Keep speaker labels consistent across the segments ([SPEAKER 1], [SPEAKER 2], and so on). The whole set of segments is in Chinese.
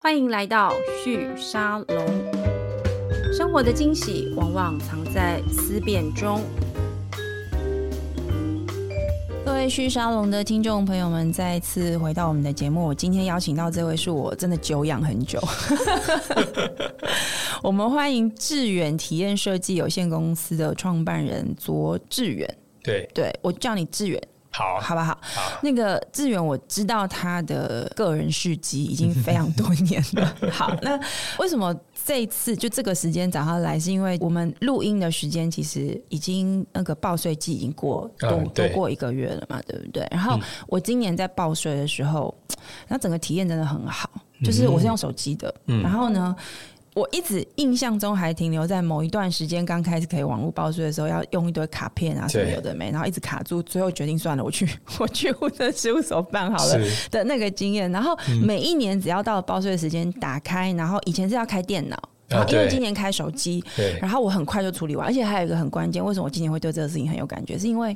[SPEAKER 1] 欢迎来到旭沙龙。生活的惊喜往往藏在思辨中。
[SPEAKER 2] 各位旭沙龙的听众朋友们，再一次回到我们的节目。我今天邀请到这位是我真的久仰很久， 我们欢迎致远体验设计有限公司的创办人卓致远。
[SPEAKER 3] 对，
[SPEAKER 2] 对我叫你致远，
[SPEAKER 3] 好，啊
[SPEAKER 2] 好不好？
[SPEAKER 3] 好
[SPEAKER 2] 那个志远，我知道他的个人事迹已经非常多年 了。好，那为什么这一次就这个时间找他来？是因为我们录音的时间其实已经那个报税季已经过多、
[SPEAKER 3] 嗯
[SPEAKER 2] 多
[SPEAKER 3] 对嗯
[SPEAKER 2] 过一个月了嘛，对不对？然后我今年在报税的时候，那整个体验真的很好，
[SPEAKER 3] 嗯
[SPEAKER 2] 就是我是用手机的，然后呢。我一直印象中还停留在某一段时间，刚开始可以网络报税的时候，要用一堆卡片啊什么
[SPEAKER 3] 对
[SPEAKER 2] 有的没，然后一直卡住，最后决定算了，我去我去户政事务所办好了
[SPEAKER 3] 是嗯
[SPEAKER 2] 的那个经验。然后每一年只要到了报税的时间打开，然后以前是要开电脑。然后因为
[SPEAKER 3] 啊对
[SPEAKER 2] 今年开手机，
[SPEAKER 3] 对
[SPEAKER 2] 然后我很快就处理完，而且还有一个很关键，为什么我今年会对这个事情很有感觉？是因为，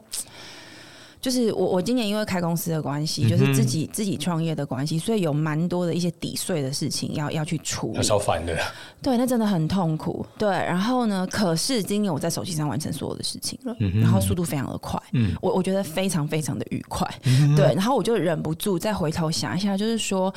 [SPEAKER 2] 就是我我今年因为开公司的关系，
[SPEAKER 3] 嗯
[SPEAKER 2] 就是自己自己创业的关系，所以有蛮多的一些抵税的事情要要去处
[SPEAKER 3] 要
[SPEAKER 2] 理。
[SPEAKER 3] 烧饭的，
[SPEAKER 2] 对，那真的很痛苦。对，然后呢？可是今年我在手机上完成所有的事情了，
[SPEAKER 3] 嗯
[SPEAKER 2] 然后速度非常的快，嗯，我我觉得非常非常的愉快，对。然后我就忍不住再回头想一下，就是说。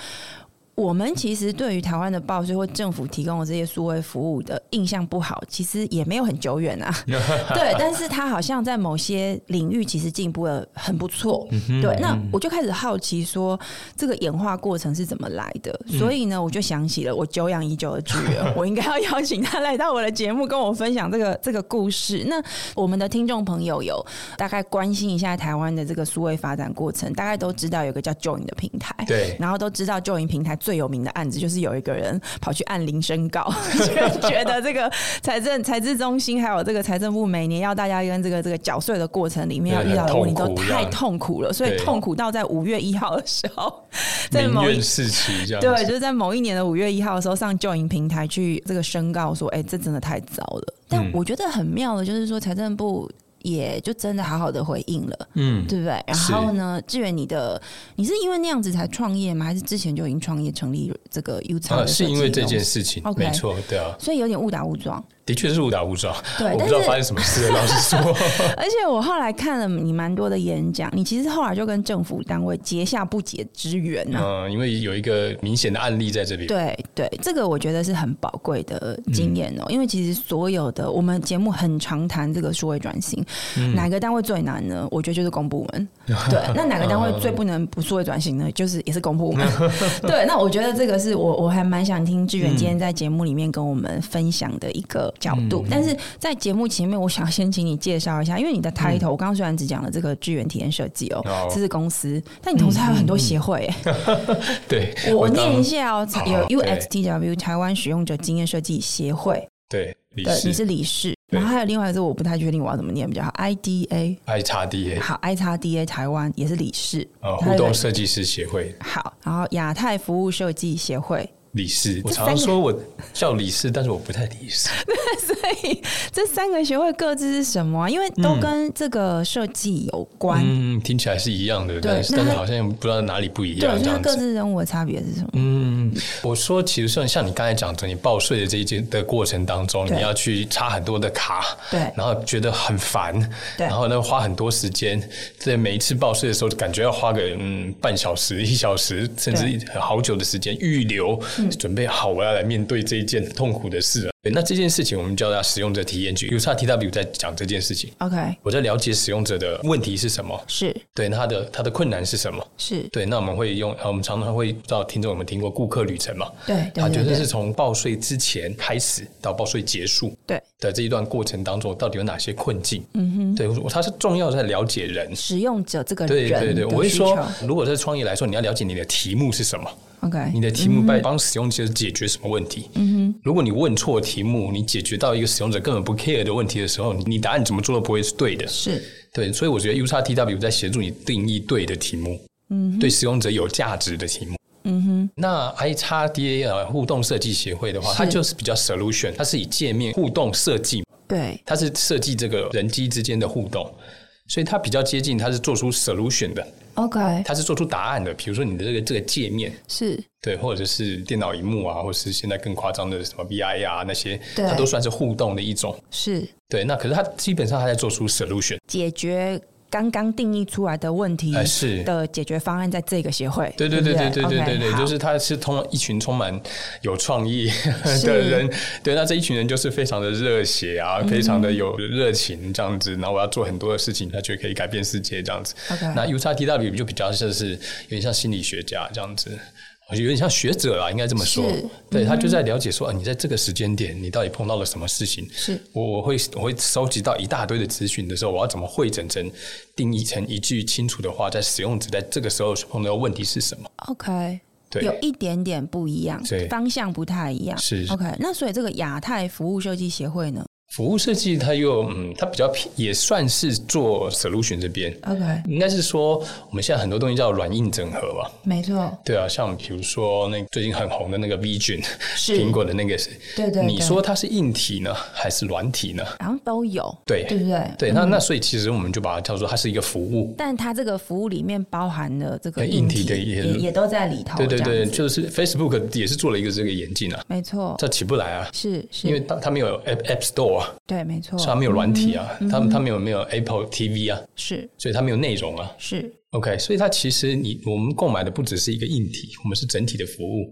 [SPEAKER 2] 我们其实对于台湾的报税或政府提供的这些数位服务的印象不好，其实也没有很久远啊。对，但是它好像在某些领域其实进步的很不错。
[SPEAKER 3] 嗯
[SPEAKER 2] 对，那我就开始好奇说，这个演化过程是怎么来的？所以呢，我就想起了我久仰已久的巨人，我应该要邀请他来到我的节目，跟我分享这个这个故事。那我们的听众朋友有大概关心一下台湾的这个数位发展过程，大概都知道有个叫 Join 的平台，
[SPEAKER 3] 对
[SPEAKER 2] 然后都知道 Join 平台最有名的案子就是有一个人跑去按铃声告， 就是觉得这个财政财政中心还有这个财政部每年要大家跟这个这个缴税的过程里面要遇到的问题都
[SPEAKER 3] 对很痛苦
[SPEAKER 2] 太痛苦了，所以
[SPEAKER 3] 对
[SPEAKER 2] 痛苦到在五月一号的时候，在
[SPEAKER 3] 民
[SPEAKER 2] 某一
[SPEAKER 3] 怨四起这样
[SPEAKER 2] 对，
[SPEAKER 3] 子，
[SPEAKER 2] 就是在某一年的五月一号的时候，上救营平台去这个申告说，哎、这真的太糟了。
[SPEAKER 3] 嗯
[SPEAKER 2] 但我觉得很妙的，就是说财政部也就真的好好的回应了，
[SPEAKER 3] 嗯，
[SPEAKER 2] 对不对？然后呢，志远，你的你是因为那样子才创业吗？还是之前就已经创业成立这个 U 叉、
[SPEAKER 3] 啊，是因为这件，事情，
[SPEAKER 2] OK
[SPEAKER 3] 没错，对啊，
[SPEAKER 2] 所以有点误打误撞。
[SPEAKER 3] 的确是误打误撞，
[SPEAKER 2] 对
[SPEAKER 3] 我不
[SPEAKER 2] 但
[SPEAKER 3] 知道
[SPEAKER 2] 是
[SPEAKER 3] 发生什么事了，老 实说，
[SPEAKER 2] 而且我后来看了你蛮多的演讲，你其实后来就跟政府单位结下不解之缘啊呐、
[SPEAKER 3] 嗯，因为有一个明显的案例在这里，
[SPEAKER 2] 对对，这个我觉得是很宝贵的经验哦、因为其实所有的我们节目很常谈这个数位转型，哪个单位最难呢？我觉得就是公部门。对，那哪个单位最不能不数位转型呢？就是也是公部门。 对，那我觉得这个是我我还蛮想听志远今天在节目里面跟我们分享的一个角度。但是在节目前面，我想先请你介绍一下，因为你的 title、我刚刚虽然只讲了这个志远体验设计哦
[SPEAKER 3] 哦，
[SPEAKER 2] 这是公司，但你同时还有很多协会、哎
[SPEAKER 3] 对，
[SPEAKER 2] 我我
[SPEAKER 3] 当
[SPEAKER 2] 念一下哦，
[SPEAKER 3] 好
[SPEAKER 2] 有
[SPEAKER 3] 对
[SPEAKER 2] UXTW 台湾使用者经验设计协会
[SPEAKER 3] 对，李
[SPEAKER 2] 的，你
[SPEAKER 3] 是
[SPEAKER 2] 是理事，
[SPEAKER 3] 对
[SPEAKER 2] 然后还有另外一个是我不太确定我要怎么念比较好，IDA
[SPEAKER 3] I 叉 D A
[SPEAKER 2] 好 I 叉 DA 台湾也是理事，
[SPEAKER 3] 呃
[SPEAKER 2] 还有
[SPEAKER 3] 互
[SPEAKER 2] 一个
[SPEAKER 3] 动设计师协会
[SPEAKER 2] 好，然后亚太服务设计协会，
[SPEAKER 3] 理事，我
[SPEAKER 2] 这
[SPEAKER 3] 常
[SPEAKER 2] 三
[SPEAKER 3] 常
[SPEAKER 2] 个
[SPEAKER 3] 说我叫理事，但是我不太 理事，
[SPEAKER 2] 所以这三个协会各自是什么啊、因为都跟这个设计有关，
[SPEAKER 3] 嗯，听起来是一样的，但是
[SPEAKER 2] 那
[SPEAKER 3] 但是
[SPEAKER 2] 它
[SPEAKER 3] 好像不知道哪里不一
[SPEAKER 2] 对，
[SPEAKER 3] 样
[SPEAKER 2] 所以
[SPEAKER 3] 这
[SPEAKER 2] 它
[SPEAKER 3] 样
[SPEAKER 2] 各
[SPEAKER 3] 子。
[SPEAKER 2] 自任务的差别是什么？
[SPEAKER 3] 嗯，我说，其实像像你刚才讲的，你报税的这一件的过程当中，
[SPEAKER 2] 对
[SPEAKER 3] 你要去插很多的卡，
[SPEAKER 2] 对
[SPEAKER 3] 然后觉得很烦，
[SPEAKER 2] 对
[SPEAKER 3] 然后呢花很多时间，在每一次报税的时候，感觉要花个嗯半小时、一小时，甚至好久的时间预留，
[SPEAKER 2] 嗯
[SPEAKER 3] 准备好我要来面对这一件痛苦的事了。对那这件事情我们叫它使用者体验局 u s a TW 在讲这件事情。
[SPEAKER 2] OK，
[SPEAKER 3] 我在了解使用者的问题是什么，
[SPEAKER 2] 是
[SPEAKER 3] 对，那他的他的困难是什么？
[SPEAKER 2] 是，
[SPEAKER 3] 对，那我们会用，呃我们常常会不知道听众有没有听过顾客旅程嘛？
[SPEAKER 2] 对对
[SPEAKER 3] 它
[SPEAKER 2] 对
[SPEAKER 3] 绝对
[SPEAKER 2] 对
[SPEAKER 3] 是从报税之前开始到报税结束
[SPEAKER 2] 对，
[SPEAKER 3] 的这一段过程当中，到底有哪些困境？嗯哼，对，我它是重要在了解人。
[SPEAKER 2] 使用者这个
[SPEAKER 3] 对
[SPEAKER 2] 人
[SPEAKER 3] 对对，
[SPEAKER 2] 的
[SPEAKER 3] 我会
[SPEAKER 2] 需
[SPEAKER 3] 说
[SPEAKER 2] 求，
[SPEAKER 3] 如果在创业来说，你要了解你的题目是什么，
[SPEAKER 2] OK，
[SPEAKER 3] 你的题目在帮使用者解决什么问题。嗯哼，如果你问错题目，你解决到一个使用者根本不 care 的问题的时候，你你答案怎么做都不会是对的。
[SPEAKER 2] 是
[SPEAKER 3] 对，所以我觉得 U x T W 在协助你定义对的题目，嗯，对使用者有价值的题目。嗯哼，那 I x D A 呃互动设计协会的话，
[SPEAKER 2] 是
[SPEAKER 3] 它就是比较 solution，它是以界面互动设计，
[SPEAKER 2] 对
[SPEAKER 3] 它是设计这个人机之间的互动，所以它比较接近，它是做出 solution 的。
[SPEAKER 2] OK，
[SPEAKER 3] 它是做出答案的，比如说你的这个这个界面，
[SPEAKER 2] 是
[SPEAKER 3] 对，或者是电脑荧幕啊，或者是现在更夸张的什么 VI 啊那些，
[SPEAKER 2] 对
[SPEAKER 3] 它都算是互动的一种。
[SPEAKER 2] 是
[SPEAKER 3] 对，那可是它基本上它在做出 solution，
[SPEAKER 2] 解决刚刚定义出来的问题
[SPEAKER 3] 哎是
[SPEAKER 2] 的解决方案，在这个协会。
[SPEAKER 3] 对对
[SPEAKER 2] 对
[SPEAKER 3] 对
[SPEAKER 2] 不
[SPEAKER 3] 对对对对
[SPEAKER 2] OK，
[SPEAKER 3] 对，
[SPEAKER 2] 好
[SPEAKER 3] 就是他是通常一群充满有创意
[SPEAKER 2] 是
[SPEAKER 3] 的人， 对，那这一群人就是非常的热血啊，
[SPEAKER 2] 嗯
[SPEAKER 3] 非常的有热情这样子，然后我要做很多的事情，他觉得可以改变世界这样子。
[SPEAKER 2] OK
[SPEAKER 3] 那 U x T W 就比较像是有点像心理学家这样子。有点像学者啊啦，应该这么说
[SPEAKER 2] 是。
[SPEAKER 3] 对他就在了解说，啊，你在这个时间点，你到底碰到了什么事情？
[SPEAKER 2] 是
[SPEAKER 3] 我我会我会收集到一大堆的资讯的时候，我要怎么汇整成定义成一句清楚的话，在使用者在这个时候碰到的问题是什么？
[SPEAKER 2] OK，
[SPEAKER 3] 对
[SPEAKER 2] 有一点点不一样
[SPEAKER 3] 对，
[SPEAKER 2] 方向不太一样。
[SPEAKER 3] 是
[SPEAKER 2] OK，那所以这个亚太服务设计协会呢
[SPEAKER 3] 服务设计，它又嗯，它比较偏也算是做 solution 这边，
[SPEAKER 2] ？OK，
[SPEAKER 3] 应该是说我们现在很多东西叫软硬整合吧。
[SPEAKER 2] 没错，
[SPEAKER 3] 对啊，像比如说那最近很红的那个 Vision，
[SPEAKER 2] 是
[SPEAKER 3] 苹果的那个，
[SPEAKER 2] 对对对
[SPEAKER 3] 你说它是硬体呢，还是软体呢？
[SPEAKER 2] 好像都有，
[SPEAKER 3] 对
[SPEAKER 2] 对不对？
[SPEAKER 3] 对，那那所以其实我们就把它叫做它是一个服务。
[SPEAKER 2] 但它这个服务里面包含了这个
[SPEAKER 3] 对硬
[SPEAKER 2] 体
[SPEAKER 3] 体的
[SPEAKER 2] 也
[SPEAKER 3] 也
[SPEAKER 2] 也都在里头，
[SPEAKER 3] 对对
[SPEAKER 2] 这
[SPEAKER 3] 对，
[SPEAKER 2] 样子
[SPEAKER 3] 就是 Facebook 也是做了一个这个眼镜啊，
[SPEAKER 2] 没错，
[SPEAKER 3] 这起不来啊，
[SPEAKER 2] 是是，
[SPEAKER 3] 因为它它没有 App App Store 啊，
[SPEAKER 2] 对，没错，
[SPEAKER 3] 所以它没有软体啊，
[SPEAKER 2] 嗯
[SPEAKER 3] 它它没有没有 Apple TV 啊，
[SPEAKER 2] 是
[SPEAKER 3] 所以它没有内容啊。
[SPEAKER 2] 是
[SPEAKER 3] OK，所以它其实你我们购买的不只是一个硬体，我们是整体的服务。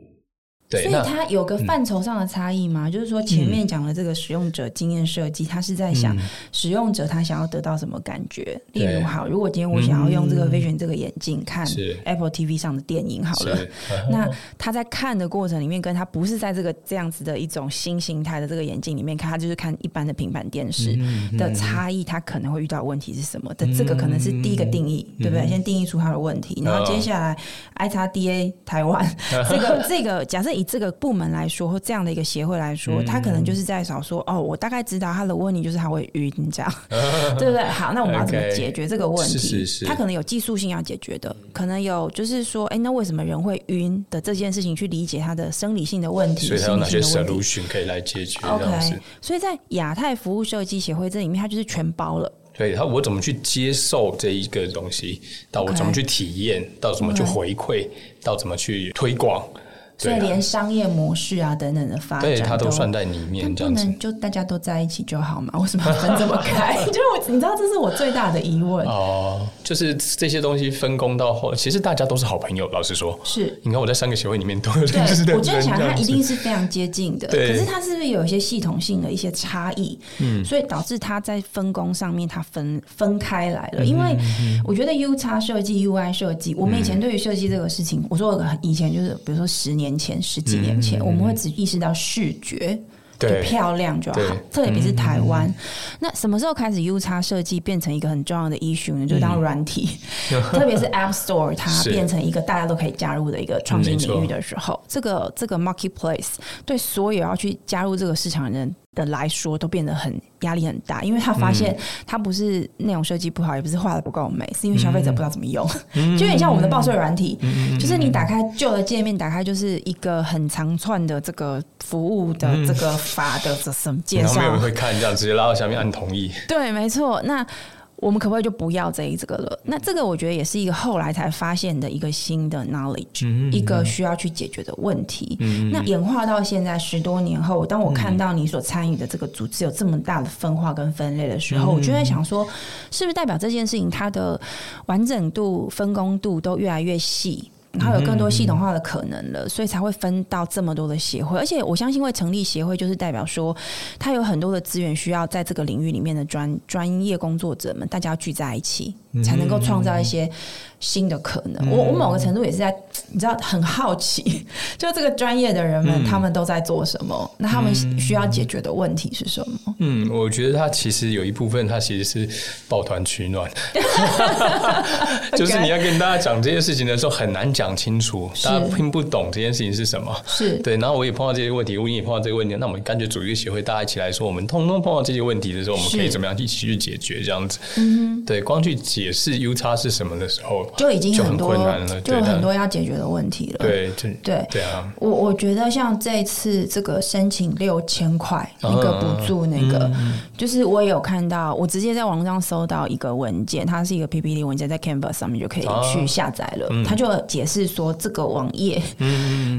[SPEAKER 3] 对，
[SPEAKER 2] 所以
[SPEAKER 3] 那嗯
[SPEAKER 2] 它有个范畴上的差异吗？就是说前面讲的这个使用者经验设计，它是在想使用者他想要得到什么感觉。例
[SPEAKER 3] 嗯对嗯
[SPEAKER 2] 如，好，如果今天我想要用这个 Vision 这个眼镜看
[SPEAKER 3] 是
[SPEAKER 2] Apple TV 上的电影，好了。
[SPEAKER 3] 是
[SPEAKER 2] 那他在看的过程里面，跟他不是在这个这样子的一种新形态的这个眼镜里面看，他就是看一般的平板电视的差异，他可能会遇到的问题是什么？的这个可能是第一个定义，对不对？先定义出他的问题，然后接下来 I x D A 台湾这个这个，假设以这个部门来说，或这样的一个协会来说，他可能就是在少说哦，我大概知道他的问题就是他会晕这样，对不对？好，那我们要怎么
[SPEAKER 3] OK
[SPEAKER 2] 解决这个问题？
[SPEAKER 3] 是是是
[SPEAKER 2] 他可能有技术性要解决的，可能有就是说，哎、那为什么人会晕的这件事情去理解他的生理性的问题，
[SPEAKER 3] 所以它有哪
[SPEAKER 2] 心
[SPEAKER 3] 些
[SPEAKER 2] 理性的问题
[SPEAKER 3] solution 可以来解决这样子
[SPEAKER 2] OK，？所以在亚太服务设计协会这里面，它就是全包了。
[SPEAKER 3] 所以它我怎么去接受这一个东西，到我
[SPEAKER 2] OK 嗯
[SPEAKER 3] 怎么去体验，到怎么去回馈，到怎么去推广，
[SPEAKER 2] 所以
[SPEAKER 3] 对啊，
[SPEAKER 2] 连商业模式啊等等的发展，
[SPEAKER 3] 对它都算在里面
[SPEAKER 2] 但
[SPEAKER 3] 这
[SPEAKER 2] 不
[SPEAKER 3] 样子。
[SPEAKER 2] 能就大家都在一起就好嘛？为什么要分这么开？ 就是我，你知道，这是我最大的疑问。
[SPEAKER 3] 哦，就是这些东西分工到后，其实大家都是好朋友。老实说，
[SPEAKER 2] 是，
[SPEAKER 3] 你看我在三个协会里面都有 认识的
[SPEAKER 2] 对，我就
[SPEAKER 3] 人，
[SPEAKER 2] 想
[SPEAKER 3] 这
[SPEAKER 2] 它
[SPEAKER 3] 样
[SPEAKER 2] 一
[SPEAKER 3] 子
[SPEAKER 2] 定是非常接近的，
[SPEAKER 3] 对
[SPEAKER 2] 可是它是不是有一些系统性的一些差异？嗯，所以导致它在分工上面它分分开来
[SPEAKER 3] 嗯
[SPEAKER 2] 了。因为我觉得 U 叉设计、UI 设计，我们以前
[SPEAKER 3] 嗯
[SPEAKER 2] 对于设计这个事情，我说我以前就是比如说十年前、十几年
[SPEAKER 3] 嗯
[SPEAKER 2] 前，我们会只意识到视觉。就
[SPEAKER 3] 对
[SPEAKER 2] 漂亮就好
[SPEAKER 3] 对，嗯
[SPEAKER 2] 特别是台湾。那什么时候开始 U 叉设计变成一个很重要的 issue 呢？就当软体， 特别是 App Store 它
[SPEAKER 3] 嗯是
[SPEAKER 2] 变成一个大家都可以加入的一个创新
[SPEAKER 3] 嗯没错
[SPEAKER 2] 领域的时候，这个这个 marketplace 对所有要去加入这个市场的人的来说，都变得很压力很大，因为他发
[SPEAKER 3] 嗯
[SPEAKER 2] 现他不是内容设计不好，也不是画的不够美，是因为消费者不知道怎么用，
[SPEAKER 3] 嗯
[SPEAKER 2] 就有点像我们的报税软体，就是你打开旧的界面，打开就是一个很长串的这个服务的这个法的这什么介
[SPEAKER 3] 嗯然后
[SPEAKER 2] 绍
[SPEAKER 3] 没有人，会看，这样直接拉到下面按同意。
[SPEAKER 2] 对，没错。那我们可不可以就不要这一这个了？那这个我觉得也是一个后来才发现的一个新的 knowledge，、一个需要去解决的问题。那演化到现在十多年后，当我看到你所参与的这个组织有这么大的分化跟分类的时候，我就会想说，是不是代表这件事情它的完整度、分工度都越来越细？然后有更多系统化的可能了，所以才会分到这么多的协会。而且我相信会成立协会，就是代表说它有很多的资源需要在这个领域里面的专专业工作者们，大家聚在一起，
[SPEAKER 3] 嗯
[SPEAKER 2] 才能够创造一些新的可能。我我某个程度也是在，你知道，很好奇， 就这个专业的人
[SPEAKER 3] 嗯
[SPEAKER 2] 们、他们都在做什么，那他们需要解决的问题是什么？
[SPEAKER 3] 嗯，我觉得它其实有一部分，它其实是抱团取暖， 就是你要跟大家讲这些事情的时候很难讲清楚，大家听不懂这件事情是什么。
[SPEAKER 2] 是
[SPEAKER 3] 对，然后我也碰到这些问题，我也碰到这个问题，那我们干脆组一个协会，大家一起来说，我们通通碰到这些问题的时候，我们可以
[SPEAKER 2] 是嗯
[SPEAKER 3] 怎么样一起去解决？这样子，对，光去解解释 U 差是什么的时候，
[SPEAKER 2] 就已经
[SPEAKER 3] 就
[SPEAKER 2] 很多
[SPEAKER 3] 困难了，
[SPEAKER 2] 就
[SPEAKER 3] 对
[SPEAKER 2] 有
[SPEAKER 3] 的
[SPEAKER 2] 很多要解决的问题了。
[SPEAKER 3] 对这
[SPEAKER 2] 对
[SPEAKER 3] 对啊，
[SPEAKER 2] 我我觉得像这次这个申请六千块那个补助那个，就是我也有看到，我直接在网上搜到一个文件，它是一个 PPT 文件，在 Canva 上面就可以去下载了。它就解释说这个网页，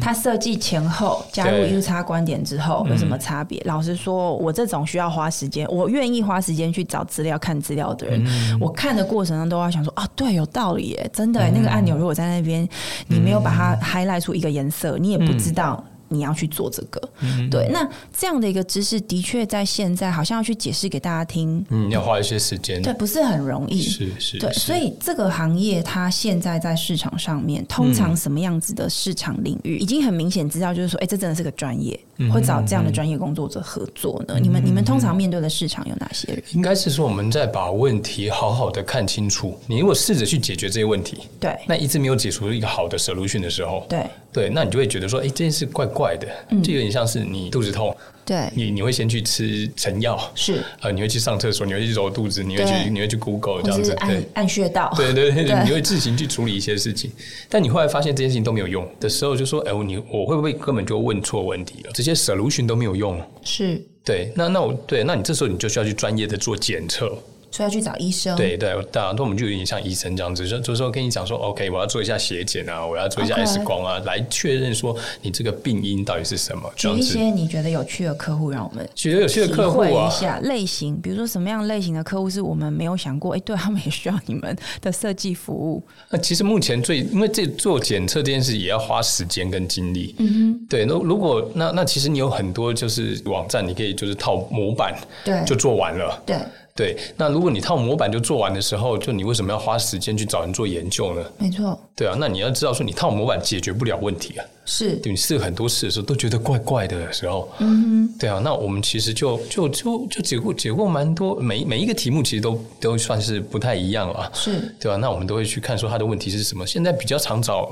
[SPEAKER 2] 它设计前后加入
[SPEAKER 3] 嗯对嗯
[SPEAKER 2] U 差观点之后有什么差别？老实说，我这种需要花时间，我愿意花时间去找资料、看资料的人，
[SPEAKER 3] 嗯
[SPEAKER 2] 我看的过程中都要想说啊，对，有道理耶，真的耶、那个按钮如果在那边，你没有把它
[SPEAKER 3] 嗯
[SPEAKER 2] highlight 出一个颜色，你也不知道。你要去做这个，
[SPEAKER 3] 嗯
[SPEAKER 2] 对，那这样的一个知识，的确在现在好像要去解释给大家听，
[SPEAKER 3] 嗯，要花一些时间，
[SPEAKER 2] 对，不是很容易，
[SPEAKER 3] 是是，
[SPEAKER 2] 对，
[SPEAKER 3] 是
[SPEAKER 2] 所以这个行业它现在在市场上面，通
[SPEAKER 3] 嗯
[SPEAKER 2] 常什么样子的市场领域，已经很明显知道，就是说，哎、这真的是个专业，
[SPEAKER 3] 嗯
[SPEAKER 2] 会找这样的专业工作者合作呢？你们你们通常面对的市场有哪些人？
[SPEAKER 3] 应该是说我们在把问题好好的看清楚。你如果试着去解决这些问题，
[SPEAKER 2] 对
[SPEAKER 3] 那一直没有解除一个好的 solution 的时候，
[SPEAKER 2] 对嗯
[SPEAKER 3] 对，那你就会觉得说，哎、这件事怪怪的，就有点像是你肚子痛，
[SPEAKER 2] 对，
[SPEAKER 3] 你你会先去吃成药，
[SPEAKER 2] 是，
[SPEAKER 3] 呃，你会去上厕所，你会去揉肚子，你会
[SPEAKER 2] 对
[SPEAKER 3] 去你会去 Google 这
[SPEAKER 2] 或
[SPEAKER 3] 样
[SPEAKER 2] 是
[SPEAKER 3] 子，
[SPEAKER 2] 按
[SPEAKER 3] 对。
[SPEAKER 2] 按穴道，
[SPEAKER 3] 对对对，
[SPEAKER 2] 哎对
[SPEAKER 3] 你会自行去处理一些事情，但你后来发现这件事情都没有用的时候，就说：“哎，我你我会不会根本就问错问题了？这些 solution 都没有用。
[SPEAKER 2] 是，”
[SPEAKER 3] 对，那那我对，那你这时候你就需要去专业的做检测，
[SPEAKER 2] 所以要去找医生，
[SPEAKER 3] 对对，当然，那我们就有点像医生这样子，就就是说跟你讲说，OK，我要做一下血检啊，我要做一下
[SPEAKER 2] OK
[SPEAKER 3] X 光啊来确认说你这个病因到底是什么，
[SPEAKER 2] 举
[SPEAKER 3] 这样
[SPEAKER 2] 一
[SPEAKER 3] 子。
[SPEAKER 2] 些你觉得有趣的客户，让我们。
[SPEAKER 3] 觉得有趣的客户
[SPEAKER 2] 体会
[SPEAKER 3] 啊
[SPEAKER 2] 一，下类型，比如说什么样类型的客户是我们没有想过，哎、对他们也需要你们的设计服务，
[SPEAKER 3] 那其实目前最，因为这做检测这件事也要花时间跟精力。嗯哼，对。那如果那那其实你有很多就是网站，你可以就是套模板，
[SPEAKER 2] 对
[SPEAKER 3] 就做完了。
[SPEAKER 2] 对，
[SPEAKER 3] 对，那如果你套模板就做完的时候，就你为什么要花时间去找人做研究呢？
[SPEAKER 2] 没错，
[SPEAKER 3] 对啊，那你要知道说你套模板解决不了问题啊。
[SPEAKER 2] 是
[SPEAKER 3] 对你试很多次的时候都觉得怪怪的时候，嗯对啊，那我们其实就就就就解过解过蛮多，每每一个题目其实都都算是不太一样了，
[SPEAKER 2] 是，
[SPEAKER 3] 对啊，那我们都会去看说它的问题是什么。现在比较常找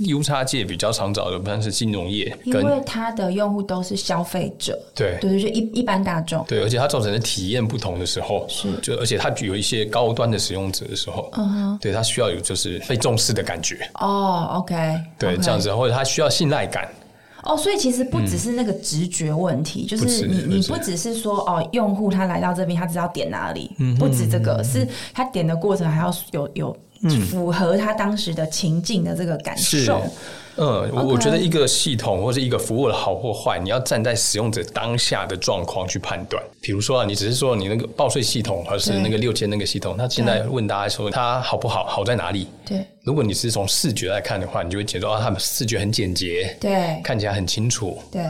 [SPEAKER 3] U 差界比较常找的，不但是金融业
[SPEAKER 2] 因
[SPEAKER 3] 跟
[SPEAKER 2] 为他的用户都是消费者，
[SPEAKER 3] 对
[SPEAKER 2] 对对，就一一般大众，
[SPEAKER 3] 对，而且它造成的体验不同的时候，是就而且它有一些高端的使用者的时候，嗯哼，对它需要有就是被重视的感觉，
[SPEAKER 2] 哦，OK，
[SPEAKER 3] 对
[SPEAKER 2] OK
[SPEAKER 3] 这样子，或者它需要信赖感，
[SPEAKER 2] 哦，所以其实不只是那个直觉问题，就
[SPEAKER 3] 不
[SPEAKER 2] 是
[SPEAKER 3] 止
[SPEAKER 2] 你你
[SPEAKER 3] 不
[SPEAKER 2] 不只
[SPEAKER 3] 止
[SPEAKER 2] 是说哦，用户他来到这边，他知道点哪里，
[SPEAKER 3] 嗯
[SPEAKER 2] 不止这个，是他点的过程还要有有符合他当时的情境的这个感
[SPEAKER 3] 嗯是
[SPEAKER 2] 受，，
[SPEAKER 3] 嗯，我我
[SPEAKER 2] OK
[SPEAKER 3] 觉得一个系统或是一个服务的好或坏，你要站在使用者当下的状况去判断。比如说啊，你只是说你那个报税系统，还是
[SPEAKER 2] 对
[SPEAKER 3] 那个六千那个系统，他现在问大家说它好不好，好在哪里？
[SPEAKER 2] 对
[SPEAKER 3] 如果你是从视觉来看的话，你就会觉得啊，它视觉很简洁，
[SPEAKER 2] 对
[SPEAKER 3] 看起来很清楚。
[SPEAKER 2] 对，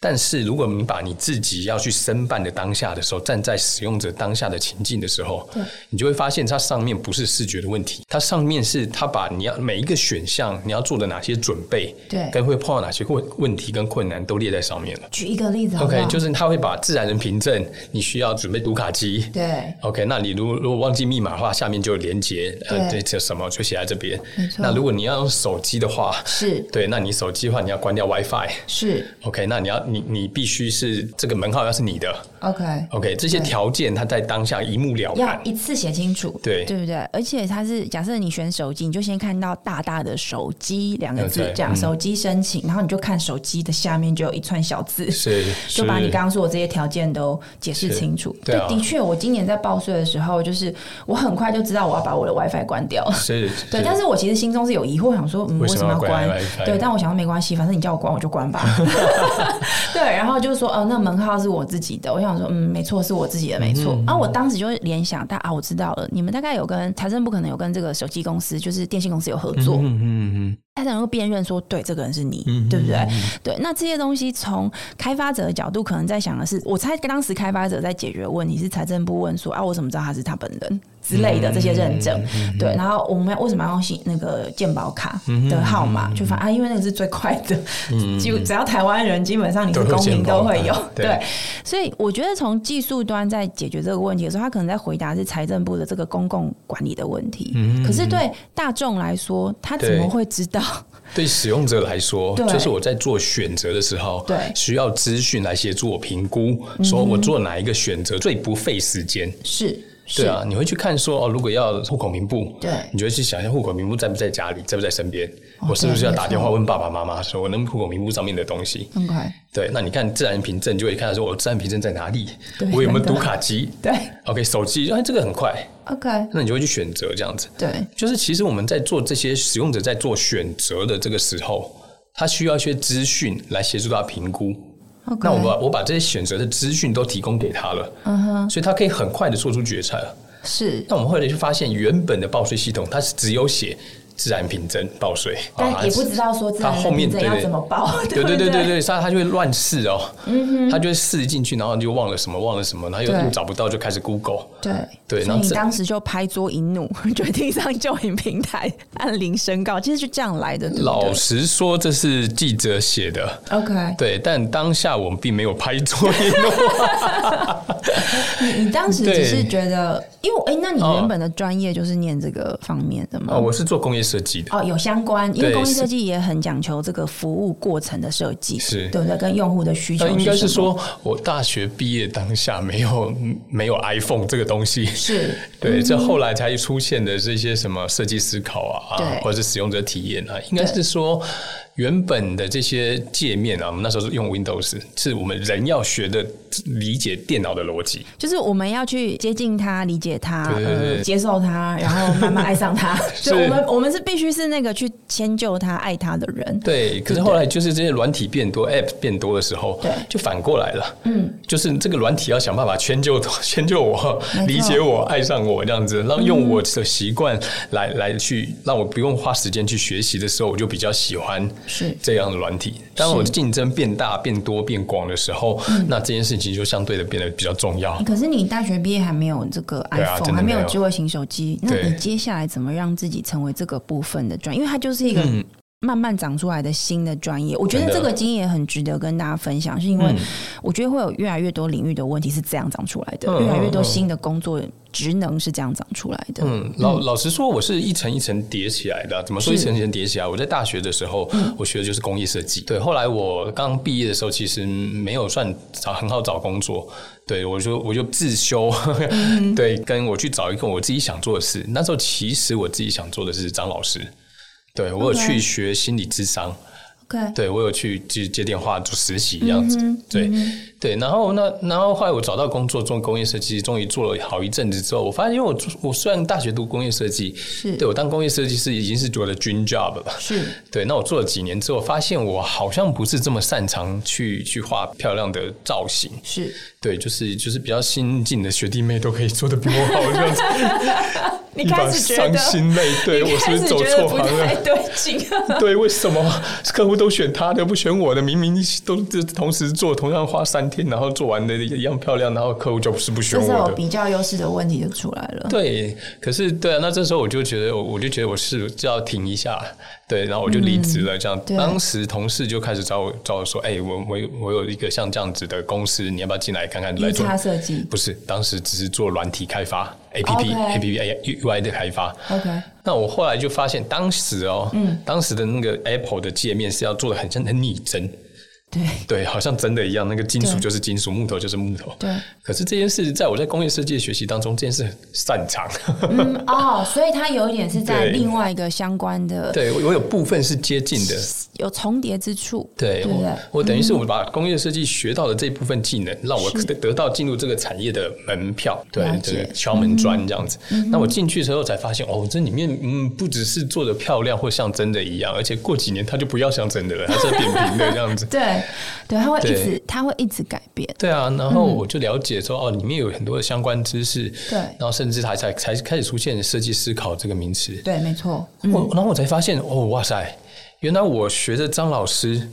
[SPEAKER 3] 但是如果你把你自己要去申办的当下的时候，站在使用者当下的情境的时候，你就会发现它上面不是视觉的问题，它上面是它把你要每一个选项你要做的哪些准备，
[SPEAKER 2] 对
[SPEAKER 3] 跟会碰到哪些问问题跟困难都列在上面了。
[SPEAKER 2] 举一个例子好不
[SPEAKER 3] OK，
[SPEAKER 2] 好？
[SPEAKER 3] 就是它会把自然人凭证，你需要准备读卡机，
[SPEAKER 2] 对
[SPEAKER 3] OK，那你如如果忘记密码的话，下面就有连接，呃，
[SPEAKER 2] 对
[SPEAKER 3] 这这什么就写在这边
[SPEAKER 2] 没。错
[SPEAKER 3] 那如果你要用手机的话，
[SPEAKER 2] 是
[SPEAKER 3] 对，那你手机的话你要关掉 WiFi。
[SPEAKER 2] 是
[SPEAKER 3] OK，那你要你你必须是这个门号要是你的
[SPEAKER 2] OK，
[SPEAKER 3] ，OK，这些条件它在当下一目了
[SPEAKER 2] 要
[SPEAKER 3] 然。
[SPEAKER 2] 一次写清楚，
[SPEAKER 3] 对
[SPEAKER 2] 对不对？而且它是假设你选手机，你就先看到大大的“手机”两个字
[SPEAKER 3] 嗯对，
[SPEAKER 2] 这样、手机申请，然后你就看手机的下面就有一串小字，
[SPEAKER 3] 是
[SPEAKER 2] 就把你刚刚说的这些条件都解释清楚。
[SPEAKER 3] 对啊
[SPEAKER 2] 的确，我今年在报税的时候，就是我很快就知道我要把我的 WiFi 关掉。
[SPEAKER 3] 是，
[SPEAKER 2] 对，但是我其实心中是有疑惑，想说，嗯，
[SPEAKER 3] 为
[SPEAKER 2] 为
[SPEAKER 3] 什
[SPEAKER 2] 什么
[SPEAKER 3] 么要
[SPEAKER 2] 要
[SPEAKER 3] 关
[SPEAKER 2] 关
[SPEAKER 3] WiFi？？
[SPEAKER 2] 对，但我想说没关系，反正你叫我关我就关 吧。对，然后就说，哦、那门号是我自己的。我想说，嗯，没错，是我自己的，没
[SPEAKER 3] 嗯
[SPEAKER 2] 错。啊，我当时就联想到啊，我知道了，你们大概有跟财政部可能有跟这个手机公司，就是电信公司有合作，
[SPEAKER 3] 嗯嗯嗯，
[SPEAKER 2] 他才能够辨认说，对，这个人是你，对不对？对，那这些东西从开发者的角度，可能在想的是，我猜当时开发者在解决问题是财政部问说啊，我怎么知道他是他本人之类
[SPEAKER 3] 嗯
[SPEAKER 2] 的这些认证，对。然后我们要为什么要用信那个健保卡
[SPEAKER 3] 嗯
[SPEAKER 2] 的号码？就发啊，因为那个是最快的，就只要台湾人基本上你是
[SPEAKER 3] 都会
[SPEAKER 2] 公
[SPEAKER 3] 健
[SPEAKER 2] 民
[SPEAKER 3] 保
[SPEAKER 2] 都会有
[SPEAKER 3] 卡，对
[SPEAKER 2] 对。所以我觉得从技术端在解决这个问题的时候，他可能在回答是财政部的这个公共管理的问题。
[SPEAKER 3] 嗯
[SPEAKER 2] 可是对大众来说，他怎么
[SPEAKER 3] 对
[SPEAKER 2] 会 知道？
[SPEAKER 3] 对使用者来说，
[SPEAKER 2] 对
[SPEAKER 3] 就是我在做选择的时候，
[SPEAKER 2] 对嗯
[SPEAKER 3] 需要资讯来协助我评估，说我做哪一个选择最不费时间。
[SPEAKER 2] 是
[SPEAKER 3] 对啊，你会去看说哦，如果要户口名簿，
[SPEAKER 2] 对
[SPEAKER 3] 你就会去想一下户口名簿在不在家里，在不在身边，
[SPEAKER 2] 哦
[SPEAKER 3] 我是不是
[SPEAKER 2] 对
[SPEAKER 3] 要
[SPEAKER 2] 没
[SPEAKER 3] 打电
[SPEAKER 2] 错
[SPEAKER 3] 话问爸爸妈妈说，我能户口名簿上面的东西。
[SPEAKER 2] ，OK，
[SPEAKER 3] 对，那你看自然凭证就会看到说，我自然凭证在哪里
[SPEAKER 2] 对，
[SPEAKER 3] 我有没有
[SPEAKER 2] 真的
[SPEAKER 3] 读卡机，
[SPEAKER 2] 对
[SPEAKER 3] ，OK，手机，哎，这个很快，
[SPEAKER 2] ，OK，
[SPEAKER 3] 那你就会去选择这样子。
[SPEAKER 2] 对，
[SPEAKER 3] 就是其实我们在做这些使用者在做选择的这个时候，他需要一些资讯来协助他评估。
[SPEAKER 2] OK
[SPEAKER 3] 那我把我把这些选择的资讯都提供给他了，
[SPEAKER 2] 嗯哼，
[SPEAKER 3] 所以他可以很快的做出决策。
[SPEAKER 2] 是，
[SPEAKER 3] 那我们后来就发现，原本的报税系统它是只有写自然凭证报税，
[SPEAKER 2] 但也不
[SPEAKER 3] 啊
[SPEAKER 2] 知道说自然
[SPEAKER 3] 它后面
[SPEAKER 2] 凭证要怎么报，
[SPEAKER 3] 对对
[SPEAKER 2] 对
[SPEAKER 3] 对对
[SPEAKER 2] 对，嗯
[SPEAKER 3] 对，所以他就会乱试哦，他就会试进去，然后就忘了什么忘了什么，然后又
[SPEAKER 2] 对
[SPEAKER 3] 又找不到，就开始 Google。
[SPEAKER 2] 对
[SPEAKER 3] 对
[SPEAKER 2] 所
[SPEAKER 3] 然
[SPEAKER 2] 以
[SPEAKER 3] 后
[SPEAKER 2] 你
[SPEAKER 3] 这
[SPEAKER 2] 当时就拍桌一怒， 决定上救援平台按铃申告，其实就这样来的，对不对
[SPEAKER 3] 老实说，这是记者写的，
[SPEAKER 2] OK，
[SPEAKER 3] 对，但当下我们并没有拍桌 一怒，
[SPEAKER 2] 你你当时
[SPEAKER 3] 对
[SPEAKER 2] 只是觉得，因为我哎、那你
[SPEAKER 3] 哦
[SPEAKER 2] 原本的专业就是念这个方面的吗？
[SPEAKER 3] 啊，我是做工业设计的，
[SPEAKER 2] 哦，有相关，因为
[SPEAKER 3] 对
[SPEAKER 2] 工业
[SPEAKER 3] 是
[SPEAKER 2] 设计也很讲求这个服务过程的设计，
[SPEAKER 3] 是
[SPEAKER 2] 对不对？跟用户的需求
[SPEAKER 3] 那呃应该
[SPEAKER 2] 什
[SPEAKER 3] 是
[SPEAKER 2] 么，
[SPEAKER 3] 说我大学毕业当下没有嗯没有 iPhone 这个东西，
[SPEAKER 2] 是
[SPEAKER 3] 对，这后来才出现的这些什么设计思考啊，
[SPEAKER 2] 对
[SPEAKER 3] 啊或者是使用者体验啊，应该是说原本的这些界面啊，我们那时候是用 Windows，是我们人要学的理解电脑的逻辑。
[SPEAKER 2] 就是我们要去接近它、理解它、
[SPEAKER 3] 对对对
[SPEAKER 2] 呃、接受它，然后慢慢爱上 它。所以我们我们是必须是那个去迁就它、爱它的人。
[SPEAKER 3] 对，可是后来就是这些软体变多，App 变多的时候，
[SPEAKER 2] 对
[SPEAKER 3] 就反过来了。嗯，就是这个软体要想办法迁就迁就我，理解我，爱上我这样子，让用我的习惯来、来去让我不用花时间去学习的时候，我就比较喜欢
[SPEAKER 2] 是
[SPEAKER 3] 这样的软体。当我的竞争变大、变多、变广的时候，那这件事情就相对的变得比较重要。
[SPEAKER 2] 可是你大学毕业还没有这个
[SPEAKER 3] 对啊
[SPEAKER 2] iPhone，、
[SPEAKER 3] 真的
[SPEAKER 2] 还没
[SPEAKER 3] 没
[SPEAKER 2] 有
[SPEAKER 3] 有
[SPEAKER 2] 智慧型手机，那
[SPEAKER 3] 对
[SPEAKER 2] 你接下来怎么让自己成为这个部分的专？因为它就是一个慢慢长出来的新的专业。我觉得
[SPEAKER 3] 嗯真
[SPEAKER 2] 这
[SPEAKER 3] 的嗯
[SPEAKER 2] 个经验很值得跟大家分享，是因为我觉得会有越来越多领域的问题是这样长出来的，越
[SPEAKER 3] 嗯
[SPEAKER 2] 来越多
[SPEAKER 3] 嗯嗯
[SPEAKER 2] 新的工作职能是这样长出来的。
[SPEAKER 3] 嗯，老老实说，我是一层一层叠起来的啊。怎么说一层一层叠起来？我在大学的时候，我学的就是工业设计。对，后来我刚毕业的时候，其实没有算找很好找工作。对，我就我就自修， 对，跟我去找一个我自己想做的事。那时候其实我自己想做的是张老师，对我有
[SPEAKER 2] OK
[SPEAKER 3] 去学心理智商。
[SPEAKER 2] OK，
[SPEAKER 3] 对我有去接接电话做实习这样
[SPEAKER 2] 嗯
[SPEAKER 3] 子，对、对，然后那然后后来我找到工作做工业设计，终于做了好一阵子之后，我发现因为我做我虽然大学读工业设计，
[SPEAKER 2] 是
[SPEAKER 3] 对我当工业设计师已经是我的 dream job 了吧，
[SPEAKER 2] 是
[SPEAKER 3] 对，那我做了几年之后，发现我好像不是这么擅长去去画漂亮的造型，
[SPEAKER 2] 是，
[SPEAKER 3] 对，就是就是比较新进的学弟妹都可以做的比我好，这样子，
[SPEAKER 2] 你
[SPEAKER 3] 一把伤心泪，对我是不是走错行了？
[SPEAKER 2] 对劲。
[SPEAKER 3] 对，为什么客户都选他的，不选我的？明明都这同时做，同样花三天，然后做完的一样漂亮，然后客户就是不选
[SPEAKER 2] 这时
[SPEAKER 3] 我
[SPEAKER 2] 候
[SPEAKER 3] 的。
[SPEAKER 2] 比较优势的问题就出来了。
[SPEAKER 3] 对，可是对啊，那这时候我就觉得，我我就觉得我是就要停一下，对，然后我就离职了。这样，
[SPEAKER 2] 对
[SPEAKER 3] 当时同事就开始找我找我说，哎、我我我有一个像这样子的公司，你要不要进来看看？来
[SPEAKER 2] 一
[SPEAKER 3] 做
[SPEAKER 2] 叉设计
[SPEAKER 3] 不是，当时只是做软体开发，A P P A P P A U I 的开发。
[SPEAKER 2] ，OK，
[SPEAKER 3] 那我后来就发现，当时哦，当时的那个 Apple 的界面是要做的很像很拟真，
[SPEAKER 2] 对
[SPEAKER 3] 对，好像真的一样，那个金属
[SPEAKER 2] 对
[SPEAKER 3] 就是金属，木头就是木头。
[SPEAKER 2] 对。
[SPEAKER 3] 可是这件事，在我在工业设计的学习当中，这件事很擅长。
[SPEAKER 2] 嗯哦，所以它有一点是在
[SPEAKER 3] 对
[SPEAKER 2] 另外一个相关的
[SPEAKER 3] 对我我有部分是接近的，
[SPEAKER 2] 有重叠之处，
[SPEAKER 3] 对
[SPEAKER 2] 对不对
[SPEAKER 3] 我，我等于是我把工业设计学到的这部分技能，让我
[SPEAKER 2] 是
[SPEAKER 3] 得得到进入这个产业的门票，对
[SPEAKER 2] 了，
[SPEAKER 3] 这
[SPEAKER 2] 解。
[SPEAKER 3] 个敲门砖这样子。那我进去之后才发现，哦，这里面嗯，不只是做的漂亮或像真的一样，而且过几年它就不要像真的了，它是扁平的这样子
[SPEAKER 2] 对对，它会一
[SPEAKER 3] 对
[SPEAKER 2] 直它会一直改变，
[SPEAKER 3] 对啊，然后我就了解说，哦，里面有很多的相关知识，
[SPEAKER 2] 嗯对
[SPEAKER 3] 然后甚至它才才开始出现设计思考这个名词，
[SPEAKER 2] 对，没错，
[SPEAKER 3] 我然后我才发现，哦，哇塞，原来我学的张老师，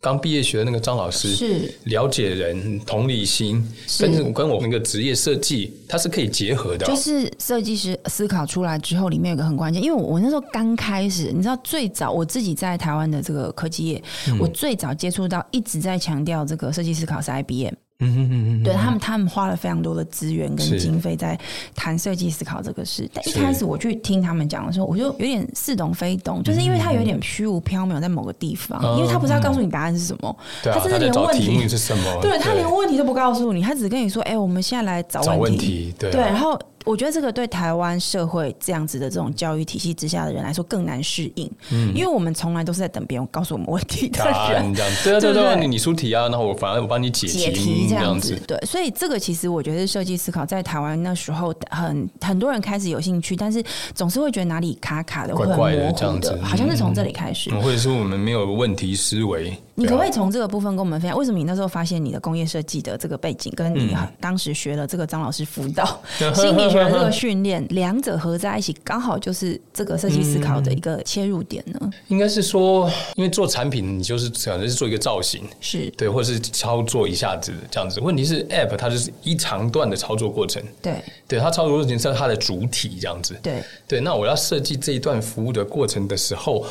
[SPEAKER 3] 刚毕业学的那个张老师，
[SPEAKER 2] 是
[SPEAKER 3] 了解人、同理心，
[SPEAKER 2] 是
[SPEAKER 3] 跟跟我那个职业设计，它是可以结合的哦、
[SPEAKER 2] 就是设计师思考出来之后，里面有一个很关键，因为我我那时候刚开始，你知道最早我自己在台湾的这个科技业，
[SPEAKER 3] 嗯
[SPEAKER 2] 我最早接触到一直在强调这个设计思考是 IBM，
[SPEAKER 3] 嗯嗯嗯嗯，
[SPEAKER 2] 对他们，他们花了非常多的资源跟
[SPEAKER 3] 是
[SPEAKER 2] 经费在谈设计思考这个事。但一
[SPEAKER 3] 是
[SPEAKER 2] 开始我去听他们讲的时候，我就有点似懂非懂，就是因为它有点虚无缥缈在某个地方，
[SPEAKER 3] 嗯
[SPEAKER 2] 因为他不是要告诉你答案是什么，
[SPEAKER 3] 对啊，
[SPEAKER 2] 真的
[SPEAKER 3] 他在
[SPEAKER 2] 连
[SPEAKER 3] 找
[SPEAKER 2] 问
[SPEAKER 3] 题目
[SPEAKER 2] 题，
[SPEAKER 3] 是什么？
[SPEAKER 2] 对他连问题都不找问题都不告诉你，他只跟你说：“哎、我们现在来找
[SPEAKER 3] 找
[SPEAKER 2] 问
[SPEAKER 3] 问题对啊
[SPEAKER 2] 然后我觉得这个对台湾社会这样子的这种教育体系之下的人来说更难适应，嗯，因为我们从来都是在等别人告诉我们问题的
[SPEAKER 3] 答
[SPEAKER 2] 人
[SPEAKER 3] 案，这样对啊对
[SPEAKER 2] 对
[SPEAKER 3] 啊对
[SPEAKER 2] 不
[SPEAKER 3] 啊，
[SPEAKER 2] 对
[SPEAKER 3] 你你出题啊，然后我反正我帮你解
[SPEAKER 2] 解
[SPEAKER 3] 题
[SPEAKER 2] 题这
[SPEAKER 3] 样
[SPEAKER 2] 样子，对，所以这个其实我觉得是设计思考在台湾那时候很很多人开始有兴趣，但是总是会觉得哪里卡卡的，
[SPEAKER 3] 怪怪
[SPEAKER 2] 会
[SPEAKER 3] 的
[SPEAKER 2] 很模
[SPEAKER 3] 这样
[SPEAKER 2] 糊
[SPEAKER 3] 子
[SPEAKER 2] 的，好像是从这里开始。
[SPEAKER 3] 嗯或者是我们没有问题思维，
[SPEAKER 2] 你
[SPEAKER 3] 对啊
[SPEAKER 2] 可不可以从这个部分跟我们分享，为什么你那时候发现你的工业设计的这个背景，跟
[SPEAKER 3] 嗯
[SPEAKER 2] 你当时学了这个张老师辅 导心理学的这个训练，两者合在一起，刚好就是这个设计思考的
[SPEAKER 3] 嗯
[SPEAKER 2] 一个切入点呢？
[SPEAKER 3] 啊应该是说，因为做产品，你就是想的是做一个造型，
[SPEAKER 2] 是
[SPEAKER 3] 对，或者是操作一下子这样子。问题是 App 它就是一长段的操作过程，
[SPEAKER 2] 对
[SPEAKER 3] 对，它操作过程是它的主体这样子。
[SPEAKER 2] 对
[SPEAKER 3] 对，那我要设计这一段服务的过程的时候。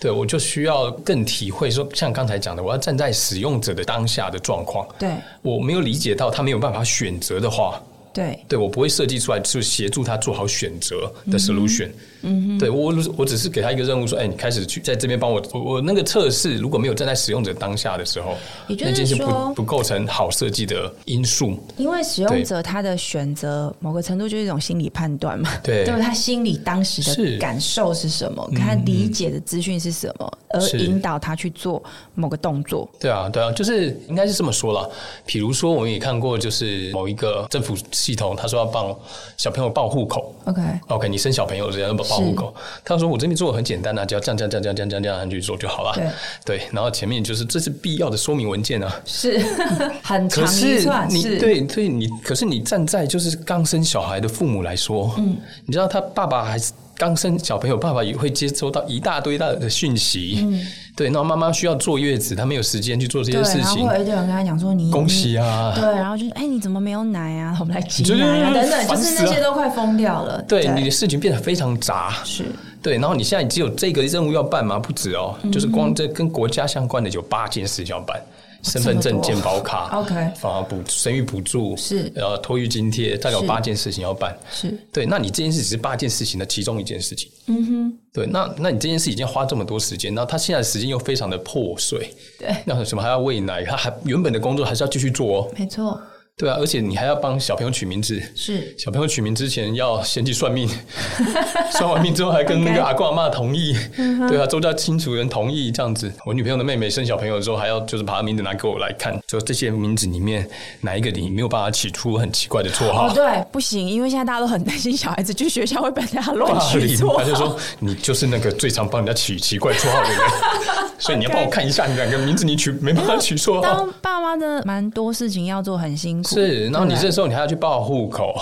[SPEAKER 3] 对，我就需要更体会说，像刚才讲的，我要站在使用者的当下的状况。
[SPEAKER 2] 对
[SPEAKER 3] 我没有理解到他没有办法选择的话，
[SPEAKER 2] 对
[SPEAKER 3] 对我不会设计出来，就是协助他做好选择的 solution。嗯对我，我只是给他一个任务，说，哎，你开始去在这边帮我，我我那个测试如果没有站在使用者当下的时候，
[SPEAKER 2] 也就是
[SPEAKER 3] 那件事
[SPEAKER 2] 说
[SPEAKER 3] 不不构成好设计的因素。
[SPEAKER 2] 因为使用者他的选择某个程度就是一种心理判断嘛，
[SPEAKER 3] 对
[SPEAKER 2] 对吧，他心里当时
[SPEAKER 3] 是嗯
[SPEAKER 2] 的感受是什么，他理解的资讯是什么，而
[SPEAKER 3] 是
[SPEAKER 2] 引导他去做某个动作。
[SPEAKER 3] 对啊，对啊，就是应该是这么说啦。比如说，我们也看过，就是某一个政府系统，他说要帮小朋友报户口。
[SPEAKER 2] OK，
[SPEAKER 3] OK，你生小朋友这样要报户口，他说我这边做的很简单啊，只要这样这样这样这样这样这样这样去做就好了。对，然后前面就是这是必要的说明文件啊，
[SPEAKER 2] 是 很长
[SPEAKER 3] 可
[SPEAKER 2] 一
[SPEAKER 3] 是
[SPEAKER 2] 串，
[SPEAKER 3] 你
[SPEAKER 2] 是
[SPEAKER 3] 对对你，可是你站在就是刚生小孩的父母来说，嗯，你知道他爸爸还是刚生小朋友，爸爸也会接收到一大堆大的讯息，嗯，对，然后妈妈需要坐月子，她没有时间去做这
[SPEAKER 2] 对，
[SPEAKER 3] 些事
[SPEAKER 2] 然后
[SPEAKER 3] 情
[SPEAKER 2] 会，有一堆人跟他讲说你
[SPEAKER 3] 恭喜啊
[SPEAKER 2] 你对，然后就是哎、你怎么没有奶啊？ 我们来挤
[SPEAKER 3] 对对
[SPEAKER 2] 奶 啊，
[SPEAKER 3] 对
[SPEAKER 2] 等等，
[SPEAKER 3] 烦
[SPEAKER 2] 就是
[SPEAKER 3] 死
[SPEAKER 2] 那
[SPEAKER 3] 了
[SPEAKER 2] 些都快疯掉了。
[SPEAKER 3] 对，你的事情变得非常杂，
[SPEAKER 2] 是
[SPEAKER 3] 对，然后你现在只有这个任务要办吗？不止哦，
[SPEAKER 2] 嗯
[SPEAKER 3] 就是光这跟国家相关的有八件事情要办。身份
[SPEAKER 2] 这
[SPEAKER 3] 证、
[SPEAKER 2] 么多
[SPEAKER 3] 健保卡、
[SPEAKER 2] OK
[SPEAKER 3] 啊补生育补助
[SPEAKER 2] 是
[SPEAKER 3] 呃托育津贴，大概有
[SPEAKER 2] 是
[SPEAKER 3] 八件事情要办。
[SPEAKER 2] 是
[SPEAKER 3] 对，那你这件事只是八件事情的其中一件事情。嗯哼，对，那那你这件事已经花这么多时间，然后他现在的时间又非常的破碎，
[SPEAKER 2] 对，
[SPEAKER 3] 那什么还要喂奶，他还原本的工作还是要继续做哦，
[SPEAKER 2] 没错，
[SPEAKER 3] 对啊，而且你还要帮小朋友取名字。
[SPEAKER 2] 是
[SPEAKER 3] 小朋友取名之前要先去算命， 算完命之后还跟那
[SPEAKER 2] OK
[SPEAKER 3] 个阿公阿妈同意，对啊，周家亲族人同意这样子。我女朋友的妹妹生小朋友的时候，还要就是把她名字拿给我来看，就这些名字里面哪一个你没有办法起出很奇怪的绰号
[SPEAKER 2] 哦，？对，不行，因为现在大家都很担心小孩子去学校会被大家乱取错。
[SPEAKER 3] 他就说你就是那个最常帮人家取奇怪绰 号的人，所以你要帮我看一下你两个名字，你取没办法取绰号
[SPEAKER 2] 当。爸妈真的蛮多事情要做，很辛苦。
[SPEAKER 3] 是，然后你
[SPEAKER 2] 对
[SPEAKER 3] 这时候你还要去报户口，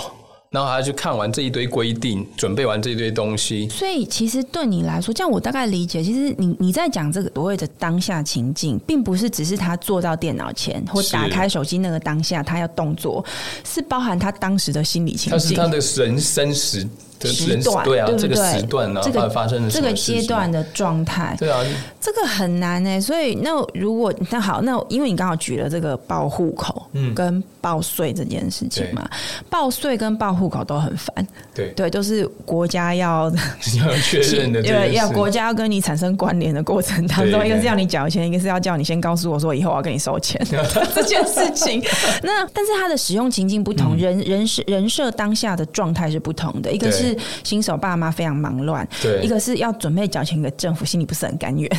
[SPEAKER 3] 然后还要去看完这一堆规定，准备完这一堆东西。
[SPEAKER 2] 所以其实对你来说，这样我大概理解，其实你你在讲这个所谓的当下情境，并不是只是他坐到电脑前或
[SPEAKER 3] 是
[SPEAKER 2] 打开手机那个当下他要动作，是包含他当时的心理情
[SPEAKER 3] 它是
[SPEAKER 2] 境。
[SPEAKER 3] 他的人生时的
[SPEAKER 2] 时
[SPEAKER 3] 人
[SPEAKER 2] 段
[SPEAKER 3] 对啊，
[SPEAKER 2] 不
[SPEAKER 3] 这
[SPEAKER 2] 对？
[SPEAKER 3] 个时段啊，
[SPEAKER 2] 这
[SPEAKER 3] 它
[SPEAKER 2] 个
[SPEAKER 3] 发生了
[SPEAKER 2] 这
[SPEAKER 3] 什么
[SPEAKER 2] 个
[SPEAKER 3] 事情
[SPEAKER 2] 阶段，的状态，
[SPEAKER 3] 对啊，
[SPEAKER 2] 这个很难哎、所以那如果那好，那因为你刚好举了这个报户口，
[SPEAKER 3] 嗯
[SPEAKER 2] 跟报税这件事情嘛，报税跟报户口都很烦，
[SPEAKER 3] 对，
[SPEAKER 2] 对，都是国家要
[SPEAKER 3] 要确认的这
[SPEAKER 2] 因
[SPEAKER 3] 件
[SPEAKER 2] 为要
[SPEAKER 3] 事
[SPEAKER 2] 国家要跟你产生关联的过程当中，
[SPEAKER 3] 对
[SPEAKER 2] 一个是要你缴钱，一个是要叫你先告诉我说以后我要跟你收 钱这件事情。那但是它的使用情境不同，人人是人设当下的状态是不同的，一个
[SPEAKER 3] 嗯对
[SPEAKER 2] 是新手爸妈非常忙乱，
[SPEAKER 3] 对
[SPEAKER 2] 一个是要准备缴钱给政府，心里不是很甘 愿。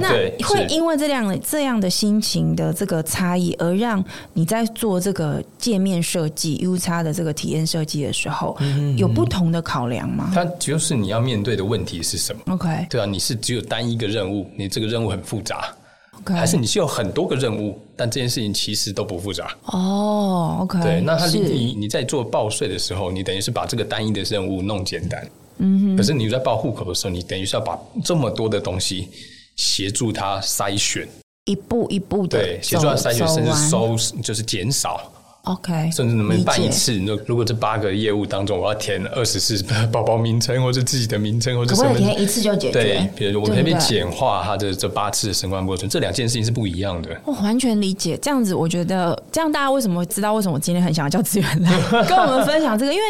[SPEAKER 2] 那
[SPEAKER 3] 对
[SPEAKER 2] 会
[SPEAKER 3] 是
[SPEAKER 2] 因为这样的这样的心情的这个差异，而让你在做这个界面设计 U 叉的这个体验设计的时候，
[SPEAKER 3] 嗯
[SPEAKER 2] 有不同的考量吗
[SPEAKER 3] 它就是你要面对的问题是什么？
[SPEAKER 2] ？OK
[SPEAKER 3] 对啊，你是只有单一个任务，你这个任务很复杂，
[SPEAKER 2] OK，
[SPEAKER 3] 还是你是有很多个任务，但这件事情其实都不复杂。
[SPEAKER 2] 哦，OK，
[SPEAKER 3] 对，那它
[SPEAKER 2] 是
[SPEAKER 3] 你你在做报税的时候，你等于是把这个单一的任务弄简单。嗯可是你在报户口的时候，你等于是要把这么多的东西协助它筛选，
[SPEAKER 2] 一步一步的
[SPEAKER 3] 对，协助它筛选，甚至收，就是减少，
[SPEAKER 2] OK，
[SPEAKER 3] 甚至能不能办一
[SPEAKER 2] 理解
[SPEAKER 3] 次？你说如果这八个业务当中，我要填二十四宝宝名称，或者自己的名称，或者
[SPEAKER 2] 可不
[SPEAKER 3] 什
[SPEAKER 2] 可
[SPEAKER 3] 么
[SPEAKER 2] 以？填一次就解决？
[SPEAKER 3] 对，比如我可
[SPEAKER 2] 对
[SPEAKER 3] 以
[SPEAKER 2] 不对
[SPEAKER 3] 简化它的这八次的升官过程，这两件事情是不一样的。
[SPEAKER 2] 我完全理解，这样子我觉得，这样大家为什么知道为什么我今天很想要叫资源 来跟我们分享这个？因为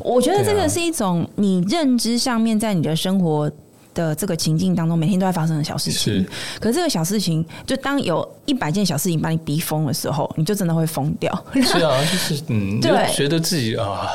[SPEAKER 2] 我觉得这
[SPEAKER 3] 对啊
[SPEAKER 2] 个是一种你认知上面在你的生活的这个情境当中，每天都在发生的小事情
[SPEAKER 3] 是。
[SPEAKER 2] 可是这个小事情，就当有一百件小事情把你逼疯的时候，你就真的会疯掉。
[SPEAKER 3] 是啊，就是嗯，
[SPEAKER 2] 对
[SPEAKER 3] 就觉得自己啊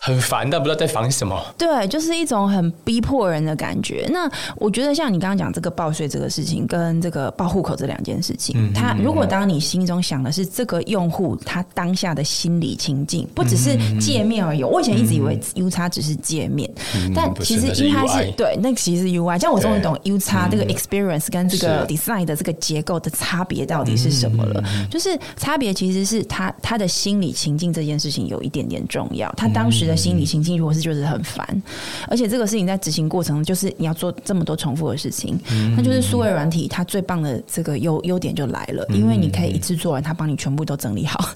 [SPEAKER 3] 很烦，但不知道在烦什么。
[SPEAKER 2] 对，就是一种很逼迫人的感觉。那我觉得像你刚刚讲这个报税这个事情，跟这个报户口这两件事情，
[SPEAKER 3] 嗯
[SPEAKER 2] 他如果当你心中想的是这个用户他当下的心理情境，不只是界面而已。我以前一直以为 U 叉只是界面，但
[SPEAKER 3] 嗯不是
[SPEAKER 2] 其实
[SPEAKER 3] 那是
[SPEAKER 2] 因为它
[SPEAKER 3] UI
[SPEAKER 2] 对，那其实是 UI。像我终于
[SPEAKER 3] 对
[SPEAKER 2] 懂 U
[SPEAKER 3] 嗯
[SPEAKER 2] 叉这个 experience 跟这个 design 的这个结构的差别到底是什么了。
[SPEAKER 3] 嗯
[SPEAKER 2] 就是差别其实是他他的心理情境这件事情有一点点重要。他当时的心理情境如果是就是很烦，而且这个事情在执行过程就是你要做这么多重复的事情，
[SPEAKER 3] 嗯
[SPEAKER 2] 那就是数位软体它最棒的这个优优点就来了，因为你可以
[SPEAKER 3] 嗯
[SPEAKER 2] 一次做完，它帮你全部都整理好，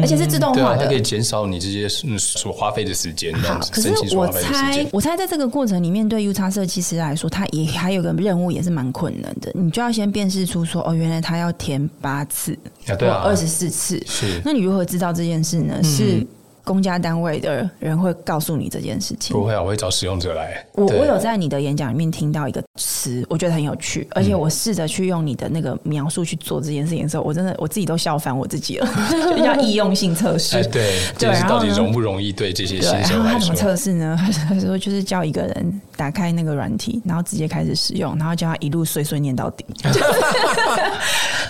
[SPEAKER 2] 而且是自动
[SPEAKER 3] 对
[SPEAKER 2] 化
[SPEAKER 3] 啊，它
[SPEAKER 2] 的
[SPEAKER 3] 可。以减少你这些嗯所花费的时间，这
[SPEAKER 2] 好
[SPEAKER 3] 样，子
[SPEAKER 2] 可
[SPEAKER 3] 身心
[SPEAKER 2] 是
[SPEAKER 3] 所
[SPEAKER 2] 我
[SPEAKER 3] 花费的时
[SPEAKER 2] 猜
[SPEAKER 3] 间，。
[SPEAKER 2] 我猜在这个过程里面，对 U 叉设计师来说，他也还有个任务也是蛮困难的。你就要先辨识出说，哦，原来他要填八次
[SPEAKER 3] 啊对啊嗯
[SPEAKER 2] 二十四次。
[SPEAKER 3] 是
[SPEAKER 2] 那你如何知道这件事呢？是公家单位的人会告诉你这件事情。
[SPEAKER 3] 不会啊，我会找使用者来。
[SPEAKER 2] 我
[SPEAKER 3] 对
[SPEAKER 2] 我有在你的演讲里面听到一个词，我觉得很有趣，而
[SPEAKER 3] 嗯
[SPEAKER 2] 且我试着去用你的那个描述去做这件事情的时候，我真的我自己都笑翻我自己了， 就叫易用性测试
[SPEAKER 3] 哎，。对，
[SPEAKER 2] 对
[SPEAKER 3] 这是
[SPEAKER 2] 然后
[SPEAKER 3] 到底
[SPEAKER 2] 呢
[SPEAKER 3] 容不容易对这些
[SPEAKER 2] 对，
[SPEAKER 3] 新
[SPEAKER 2] 然
[SPEAKER 3] 手
[SPEAKER 2] 后他
[SPEAKER 3] 来
[SPEAKER 2] 怎么
[SPEAKER 3] 说？
[SPEAKER 2] 测试呢？ 他说就是叫一个人打开那个软体，然后直接开始使用，然后叫他一路碎碎念 到底。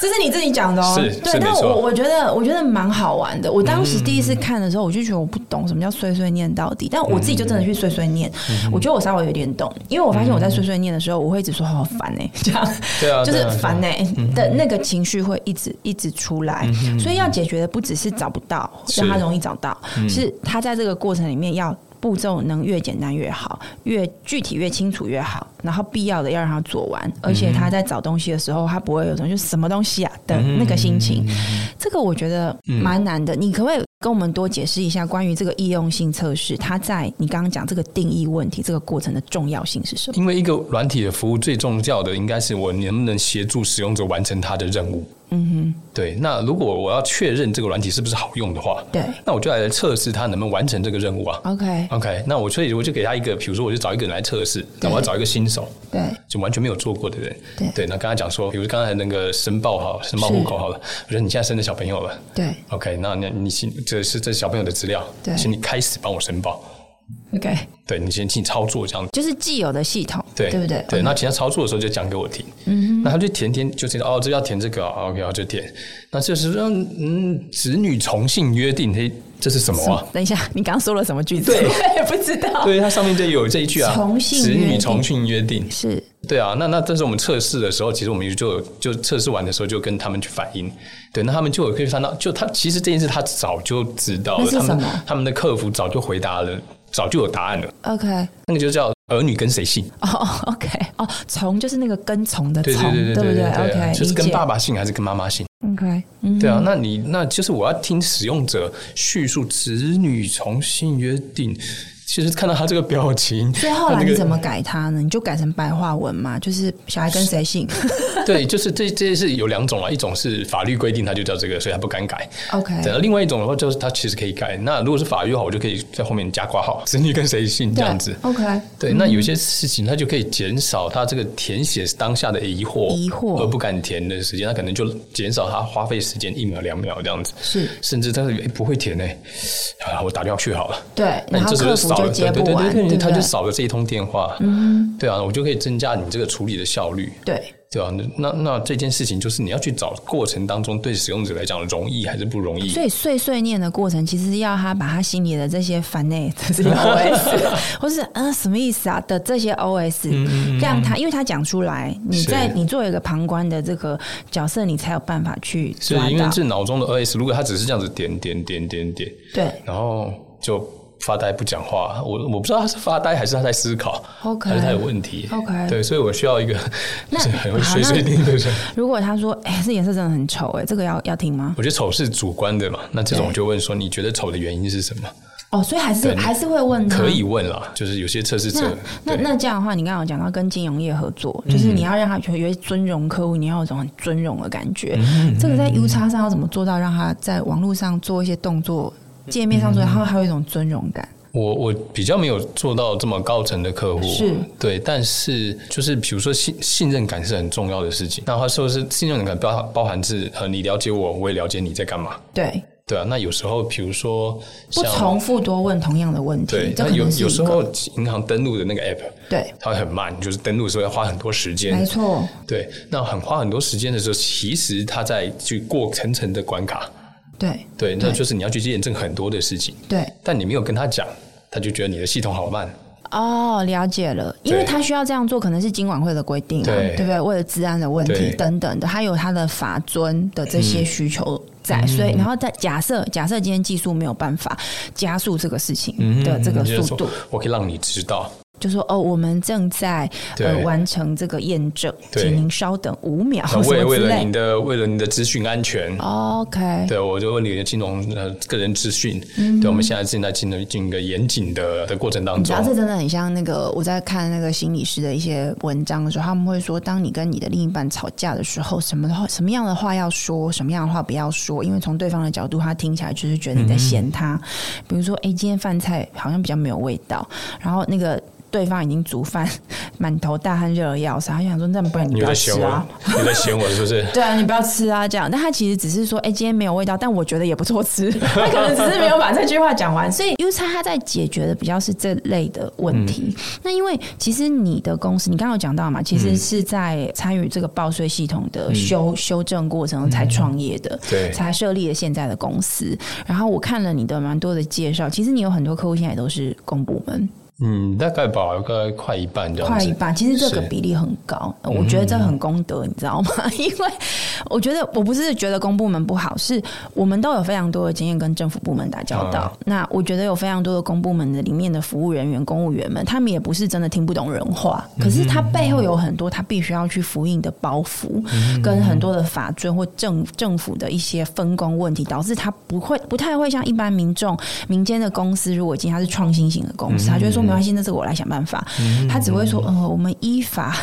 [SPEAKER 2] 这是你自己讲的哦，
[SPEAKER 3] 是
[SPEAKER 2] 对
[SPEAKER 3] 是。没
[SPEAKER 2] 但
[SPEAKER 3] 错嗯
[SPEAKER 2] 我我觉得我觉得蛮好玩的。我当时第一次看的时候，我就觉得我不懂什么叫碎碎念到底，但我自己就
[SPEAKER 3] 嗯
[SPEAKER 2] 真的去碎碎念。我觉得我稍微有点懂，因为我发现我在碎碎念的时候，我会一直说好烦哎，这样
[SPEAKER 3] 对啊，
[SPEAKER 2] 就
[SPEAKER 3] 对
[SPEAKER 2] 是
[SPEAKER 3] 啊
[SPEAKER 2] 烦呢、的那个情绪会一直一直出来，所以要解决的不只是找不到，
[SPEAKER 3] 是嗯
[SPEAKER 2] 让他容易找到，是他在这个过程里面要。步骤能越简单越好，越具体越清楚越好。然后必要的要让他做完，而
[SPEAKER 3] 嗯
[SPEAKER 2] 且他在找东西的时候，他不会有种就什么东西啊的那个心
[SPEAKER 3] 嗯
[SPEAKER 2] 情。这个我觉得蛮难的。你可不可以跟我们多解释一下关于这个易用性测试，它在你刚刚讲这个定义问题这个过程的重要性是什么？
[SPEAKER 3] 因为一个软体的服务最重要的应该是我能不能协助使用者完成他的任务。嗯哼，对。那如果我要确认这个软体是不是好用的话，
[SPEAKER 2] 对
[SPEAKER 3] 那我就来测试它能不能完成这个任务啊。
[SPEAKER 2] ，OK，
[SPEAKER 3] OK，那我所以我就给他一个，比如说我就找一个人来测试，那
[SPEAKER 2] 对
[SPEAKER 3] 我要找一个新手，
[SPEAKER 2] 对，
[SPEAKER 3] 就完全没有做过的人，
[SPEAKER 2] 对
[SPEAKER 3] 那跟他讲说，比如刚才那个申报好，申报户口好了，我说你现在生的小朋友了
[SPEAKER 2] 对
[SPEAKER 3] ，OK，那那你请这是这是小朋友的资料，
[SPEAKER 2] 对
[SPEAKER 3] 请你开始帮我申报，
[SPEAKER 2] ，OK。
[SPEAKER 3] 对你先请操作这样子。
[SPEAKER 2] 就是既有的系统，
[SPEAKER 3] 对
[SPEAKER 2] 不对？嗯哦
[SPEAKER 3] 对，那请他操作的时候就讲给我听，嗯，那他就填填就知道哦，这要填这个哦，OK，我就填。那这是让嗯，子女重性约定，嘿，这是什么啊？
[SPEAKER 2] 等一下，你刚刚说了什么句子？
[SPEAKER 3] 对
[SPEAKER 2] 我 也不知道。
[SPEAKER 3] 对，它上面就有这一句啊，
[SPEAKER 2] 重性
[SPEAKER 3] 子
[SPEAKER 2] 约
[SPEAKER 3] 女
[SPEAKER 2] 定
[SPEAKER 3] 重性约定，
[SPEAKER 2] 是
[SPEAKER 3] 对啊，那那但是我们测试的时候，其实我们就有就测试完的时候就跟他们去反映，对，那他们就有可以看到，就他其实这件事他早就知道
[SPEAKER 2] 那
[SPEAKER 3] 了，
[SPEAKER 2] 是
[SPEAKER 3] 他们
[SPEAKER 2] 什么
[SPEAKER 3] 他们的客服早就回答了，早就有答案了，
[SPEAKER 2] OK，
[SPEAKER 3] 那个就叫儿女跟谁姓，
[SPEAKER 2] 哦，OK，哦，从就是那个跟从的
[SPEAKER 3] 对
[SPEAKER 2] 从，
[SPEAKER 3] 对对
[SPEAKER 2] 不
[SPEAKER 3] 对
[SPEAKER 2] 对
[SPEAKER 3] 对啊
[SPEAKER 2] ？OK，
[SPEAKER 3] 就是跟
[SPEAKER 2] 理解
[SPEAKER 3] 爸爸姓还是跟妈妈姓，
[SPEAKER 2] OK，嗯，
[SPEAKER 3] 对啊，那你那就是我要听使用者叙述子女重新约定，其实看到他这个表情，
[SPEAKER 2] 所以后来
[SPEAKER 3] 他那
[SPEAKER 2] 你
[SPEAKER 3] 个
[SPEAKER 2] 怎么改它呢？你就改成白话文嘛，就是小孩跟谁姓
[SPEAKER 3] 对，就是这这是有两种啊，一种是法律规定它就叫这个，所以它不敢改。
[SPEAKER 2] ？OK，
[SPEAKER 3] 对，另外一种的话就是它其实可以改。那如果是法律的话，我就可以在后面加括号，子女跟谁姓这
[SPEAKER 2] 对
[SPEAKER 3] 样子。
[SPEAKER 2] OK，
[SPEAKER 3] 对，那有些事情它就可以减少他这个填写当下的疑惑、
[SPEAKER 2] 疑惑
[SPEAKER 3] 而不敢填的时间，他可能就减少他花费时间一秒两秒这样子。
[SPEAKER 2] 是
[SPEAKER 3] 甚至但是、诶哎不会填呢、啊，我打电话去好了。
[SPEAKER 2] 对，
[SPEAKER 3] 那
[SPEAKER 2] 然
[SPEAKER 3] 你
[SPEAKER 2] 后
[SPEAKER 3] 这时
[SPEAKER 2] 客
[SPEAKER 3] 候
[SPEAKER 2] 服
[SPEAKER 3] 少了，
[SPEAKER 2] 接不
[SPEAKER 3] 对
[SPEAKER 2] 完，
[SPEAKER 3] 对对
[SPEAKER 2] 对
[SPEAKER 3] 对，
[SPEAKER 2] 不
[SPEAKER 3] 他就
[SPEAKER 2] 对？
[SPEAKER 3] 少了这一通电话。嗯，对啊，我就可以增加你这个处理的效率。
[SPEAKER 2] 对，
[SPEAKER 3] 对啊，那那那这件事情就是你要去找过程当中对使用者来讲容易还是不容易
[SPEAKER 2] 所。以碎碎念的过程，其实是要他把他心里的这些烦内， 这些 OS，或 是嗯、呃什么意思啊的这些 OS，、让
[SPEAKER 3] 嗯
[SPEAKER 2] 他，因为他讲出来，你
[SPEAKER 3] 是
[SPEAKER 2] 在你作为一个旁观的这个角色，你才有办法去
[SPEAKER 3] 是
[SPEAKER 2] 抓
[SPEAKER 3] 因为
[SPEAKER 2] 到。
[SPEAKER 3] 这脑中的 OS，如果他只是这样子点点点点点，
[SPEAKER 2] 对
[SPEAKER 3] 然后就发呆不讲话，我我不知道他是发呆还是他在思考
[SPEAKER 2] OK
[SPEAKER 3] 还是他有问题
[SPEAKER 2] OK
[SPEAKER 3] 对，所以我需要一个 就是很会
[SPEAKER 2] 好
[SPEAKER 3] 碎碎
[SPEAKER 2] 那
[SPEAKER 3] 念的人。
[SPEAKER 2] 如果他说：“哎、这颜色真的很丑，哎，这个要要听吗
[SPEAKER 3] 我觉得丑是主观的嘛，那这种
[SPEAKER 2] 对
[SPEAKER 3] 我就问说你觉得丑的原因是什么？？”
[SPEAKER 2] 哦，所以还是
[SPEAKER 3] 对
[SPEAKER 2] 还是会问他。
[SPEAKER 3] 可以问啦，就是有些测试者
[SPEAKER 2] 那那
[SPEAKER 3] 对嗯
[SPEAKER 2] 那这样的话，你刚刚有讲到跟金融业合作，就是你要让他觉得尊荣客户，你要有一种很尊荣的感觉。
[SPEAKER 3] 嗯
[SPEAKER 2] 这个在 U 叉
[SPEAKER 3] 嗯
[SPEAKER 2] 上要怎么做到，让他在网络上做一些动作，界面上做，然后还有一种尊荣感？
[SPEAKER 3] 我我比较没有做到这么高层的客户，
[SPEAKER 2] 是
[SPEAKER 3] 对，但是就是比如说信信任感是很重要的事情。那他说是信任感包包含是呃，你了解我，我也了解你在干嘛，
[SPEAKER 2] 对，
[SPEAKER 3] 对啊。那有时候比如说
[SPEAKER 2] 不
[SPEAKER 3] 像
[SPEAKER 2] 重复多问同样的问题，
[SPEAKER 3] 对，
[SPEAKER 2] 这
[SPEAKER 3] 那
[SPEAKER 2] 可
[SPEAKER 3] 有
[SPEAKER 2] 能是
[SPEAKER 3] 有
[SPEAKER 2] 一
[SPEAKER 3] 时
[SPEAKER 2] 个
[SPEAKER 3] 候银行登录的那个 app，
[SPEAKER 2] 对，
[SPEAKER 3] 它会很慢，就是登录的时候要花很多时间，
[SPEAKER 2] 没错，
[SPEAKER 3] 对，那很花很多时间的时候，其实他在去过层层的关卡，
[SPEAKER 2] 对
[SPEAKER 3] 对，那就是你要去验证很多的事情，
[SPEAKER 2] 对，
[SPEAKER 3] 但你没有跟他讲，他就觉得你的系统好慢，
[SPEAKER 2] 哦，了解了，因为
[SPEAKER 3] 对
[SPEAKER 2] 他需要这样做，可能是金管会的规定啊，
[SPEAKER 3] 对
[SPEAKER 2] 对不对？为了治安的问
[SPEAKER 3] 对
[SPEAKER 2] 题等等的，他有他的法尊的这些需求
[SPEAKER 3] 嗯
[SPEAKER 2] 在，所以然后再假设假设今天技术没有办法加速这个事
[SPEAKER 3] 嗯
[SPEAKER 2] 情的这个
[SPEAKER 3] 就是
[SPEAKER 2] 速
[SPEAKER 3] 说
[SPEAKER 2] 度，
[SPEAKER 3] 我可以让你知道，
[SPEAKER 2] 就说哦，我们正在呃
[SPEAKER 3] 对
[SPEAKER 2] 完成这个验证，
[SPEAKER 3] 对
[SPEAKER 2] 请您稍等五秒，
[SPEAKER 3] 那
[SPEAKER 2] 什
[SPEAKER 3] 为
[SPEAKER 2] 么
[SPEAKER 3] 为
[SPEAKER 2] 之
[SPEAKER 3] 了你
[SPEAKER 2] 类。哦
[SPEAKER 3] 的为了你的资讯安全。
[SPEAKER 2] OK，
[SPEAKER 3] 对，我就问你的金融呃个人资讯，对，我们现在正在进入进入一个严谨的的过程当
[SPEAKER 2] 嗯你知
[SPEAKER 3] 中
[SPEAKER 2] 道，这真的很像那个我在看那个心理师的一些文章的时候，他们会说，当你跟你的另一半吵架的时候，什么的话，什么样的话要说，什么样的话不要说，因为从对方的角度，他听起来就是觉得你在嫌
[SPEAKER 3] 嗯
[SPEAKER 2] 他。比如说，哎、今天饭菜好像比较没有味道，然后那个。对方已经煮饭， 满头大汗，热的要死。他就想说：“那不然你
[SPEAKER 3] 你
[SPEAKER 2] 不
[SPEAKER 3] 有
[SPEAKER 2] 要
[SPEAKER 3] 在
[SPEAKER 2] 吃
[SPEAKER 3] 嫌
[SPEAKER 2] 啊
[SPEAKER 3] 我，你在嫌我是不是？
[SPEAKER 2] 对啊，你不要吃啊，这样。但他其实只是说，哎、今天没有味道，但我觉得也不错吃。他可能只是没有把这句话讲完，所以 U 叉他在解决的比较是这类的问题。那因为其实你的公司，你刚刚有讲到嘛，其实是在参与这个报税系统的修、修正过程中才创业的，
[SPEAKER 3] 对
[SPEAKER 2] 才设立了现在的公司。然后我看了你的蛮多的介绍，其实你有很多客户现在也都是公部门，
[SPEAKER 3] 嗯，大概吧，大概快一半这样
[SPEAKER 2] 快
[SPEAKER 3] 子
[SPEAKER 2] 一。半，其实这个
[SPEAKER 3] 是嗯
[SPEAKER 2] 比例很高，呃我觉得这很功德，你知道吗？ 因为我觉得我不是觉得公部门不好，是我们都有非常多的经验跟政府部门打交道。
[SPEAKER 3] 啊
[SPEAKER 2] 那我觉得有非常多的公部门的里面的服务人员、公务员们，他们也不是真的听不懂人话，可是他背后有很多他必须要去服应的包袱，跟很多的法尊或政政府的一些分工问题，导致他不会不太会像一般民众、民间的公司，如果今天他是创新型的公司，他就会说没关系，那是我来想办法。他只会说，呃，我们依法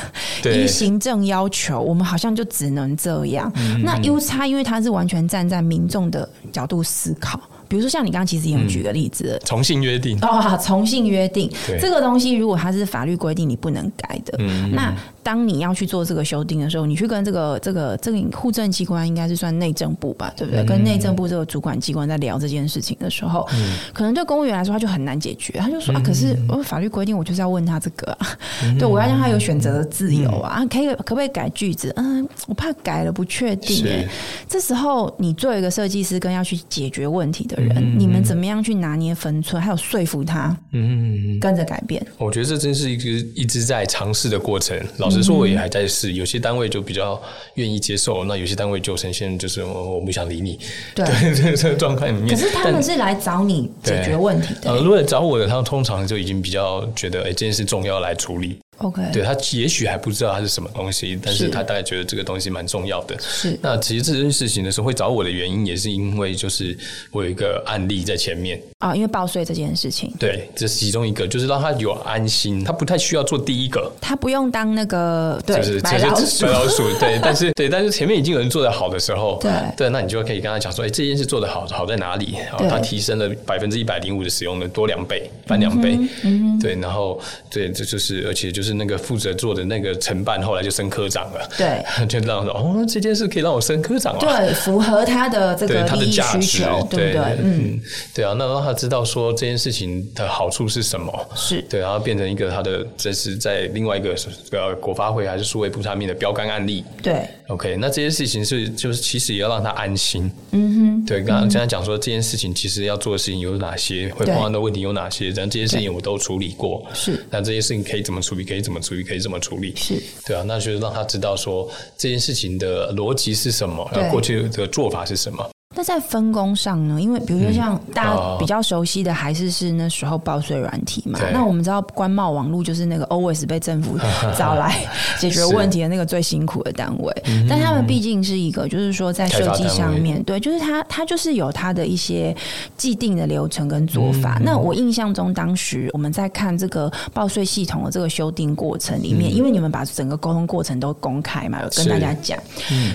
[SPEAKER 3] 对
[SPEAKER 2] 依行政要求，我们好像就只能这样。那 U 差，因为他是完全站在民众的角度思考，比如说像你刚刚其实也有举个例子了，
[SPEAKER 3] 重新约定，
[SPEAKER 2] 哦，从性约定
[SPEAKER 3] 嗯对
[SPEAKER 2] 这个东西，如果它是法律规定你不能改的，
[SPEAKER 3] 嗯
[SPEAKER 2] 那当你要去做这个修订的时候，你去跟这个这个这个户政机关应该是算内政部吧，对不对？
[SPEAKER 3] 嗯
[SPEAKER 2] 跟内政部这个主管机关在聊这件事情的时候，
[SPEAKER 3] 嗯
[SPEAKER 2] 可能对公务员来说他就很难解决，他就说、啊，可是我法律规定我就是要问他这个、啊，
[SPEAKER 3] 嗯
[SPEAKER 2] 对我要让他有选择的自由啊，啊可以可不可以改句子？嗯，我怕改了不确定
[SPEAKER 3] 是
[SPEAKER 2] 哎、这时候，你作为一个设计师，跟要去解决问题的人，你们怎么样去拿捏分寸，还有说服他
[SPEAKER 3] 嗯，
[SPEAKER 2] 跟着改变？
[SPEAKER 3] 我觉得这真是一个一直在尝试的过程。老实说，我也还在试。有些单位就比较愿意接受，那有些单位就呈现就是呃我我不想理你，
[SPEAKER 2] 对
[SPEAKER 3] 对这 这状况里面。
[SPEAKER 2] 可是他们
[SPEAKER 3] 但
[SPEAKER 2] 是来找你解决问题的。
[SPEAKER 3] 呃，如果找我的，他们通常就已经比较觉得，哎、这件事重要来处理。
[SPEAKER 2] OK，
[SPEAKER 3] 对他也许还不知道它是什么东西，但是
[SPEAKER 2] 是
[SPEAKER 3] 他大概觉得这个东西蛮重要的。
[SPEAKER 2] 是
[SPEAKER 3] 那其实这件事情的时候会找我的原因，也是因为就是我有一个案例在前面，
[SPEAKER 2] 啊、因为报税这件事情，
[SPEAKER 3] 对，这是其中一个，就是让他有安心，他不太需要做第一个，
[SPEAKER 2] 他不用当那个对、
[SPEAKER 3] 就是
[SPEAKER 2] 白老鼠
[SPEAKER 3] 白。老鼠，对，啊但是对，但是前面已经有人做得好的时候，
[SPEAKER 2] 对
[SPEAKER 3] 那你就可以跟他讲说，哎、这件事做得好，好在哪里？然后
[SPEAKER 2] 对
[SPEAKER 3] 他提升了百分之一百零五的使用的多两倍，翻两倍，
[SPEAKER 2] 嗯
[SPEAKER 3] 对，然后对，这就是，而且就是那个负责做的那个承办，后来就升科长了，
[SPEAKER 2] 对，
[SPEAKER 3] 就让我说，哦，这件事可以让我升科长啊，
[SPEAKER 2] 对，符合他的这
[SPEAKER 3] 对
[SPEAKER 2] 个
[SPEAKER 3] 它的
[SPEAKER 2] 利益
[SPEAKER 3] 价
[SPEAKER 2] 需
[SPEAKER 3] 值
[SPEAKER 2] 求，，对
[SPEAKER 3] 对
[SPEAKER 2] 不对？嗯，
[SPEAKER 3] 嗯，对啊，那让他知道说这件事情的好处是什么，
[SPEAKER 2] 是
[SPEAKER 3] 对，然后变成一个他的这是在另外一个呃国发会还是数位部上面的标杆案例。
[SPEAKER 2] 对，
[SPEAKER 3] OK，那这些事情是就是其实也要让他安心。嗯哼，对，刚刚刚才讲说这件事情其实要做的事情有哪些，会
[SPEAKER 2] 对
[SPEAKER 3] 碰到的问题有哪些，然后这些事情我都处理过。
[SPEAKER 2] 是
[SPEAKER 3] 那这些事情可以怎么处理？可以怎么处理？可以怎么处理？
[SPEAKER 2] 是
[SPEAKER 3] 对啊，那就是让他知道说这件事情的逻辑是什么，
[SPEAKER 2] 对
[SPEAKER 3] 然后过去的做法是什么。
[SPEAKER 2] 那在分工上呢？因为比如说像大
[SPEAKER 3] 哦
[SPEAKER 2] 家比较熟悉的，还是是那时候报税软体嘛
[SPEAKER 3] 对。
[SPEAKER 2] 那我们知道官贸网络就是那个 always 被政府找来解决问题的那个最辛苦的单 位，
[SPEAKER 3] 嗯
[SPEAKER 2] 但他们毕竟是一个，就是说在设计上面，对，就是他他就是有他的一些既定的流程跟做法。
[SPEAKER 3] 嗯
[SPEAKER 2] 那我印象中，当时我们在看这个报税系统的这个修订过程里面，因为你们把整个沟通过程都公开嘛，有跟
[SPEAKER 3] 嗯是
[SPEAKER 2] 大家讲，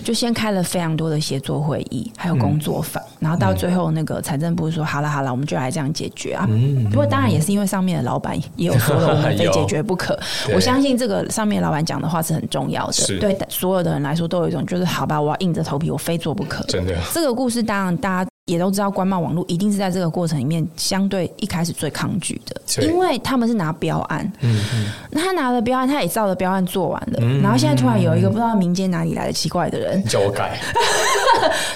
[SPEAKER 2] 就先开了非常多的协作会议，还有工作作坊，然后到最后那个财政部说好了好了，我们就来这样解决啊。不过当然也是因为上面的老板也有说了，我们非解决不可
[SPEAKER 3] 有。
[SPEAKER 2] 我相信这个上面老板讲的话是很重要
[SPEAKER 3] 是
[SPEAKER 2] 的，对所有的人来说都有一种就是好吧，我要硬着头皮，我非做不可。
[SPEAKER 3] 真的
[SPEAKER 2] 这个故事当然大家也都知道，官贸网络一定是在这个过程里面相对一开始最抗拒的，
[SPEAKER 3] 对嗯
[SPEAKER 2] 因为他们是拿标案，那他拿了标案，他也照着标案做完了，然后现在突然有一个不知道民间哪里来的奇怪的人，
[SPEAKER 3] 叫我改，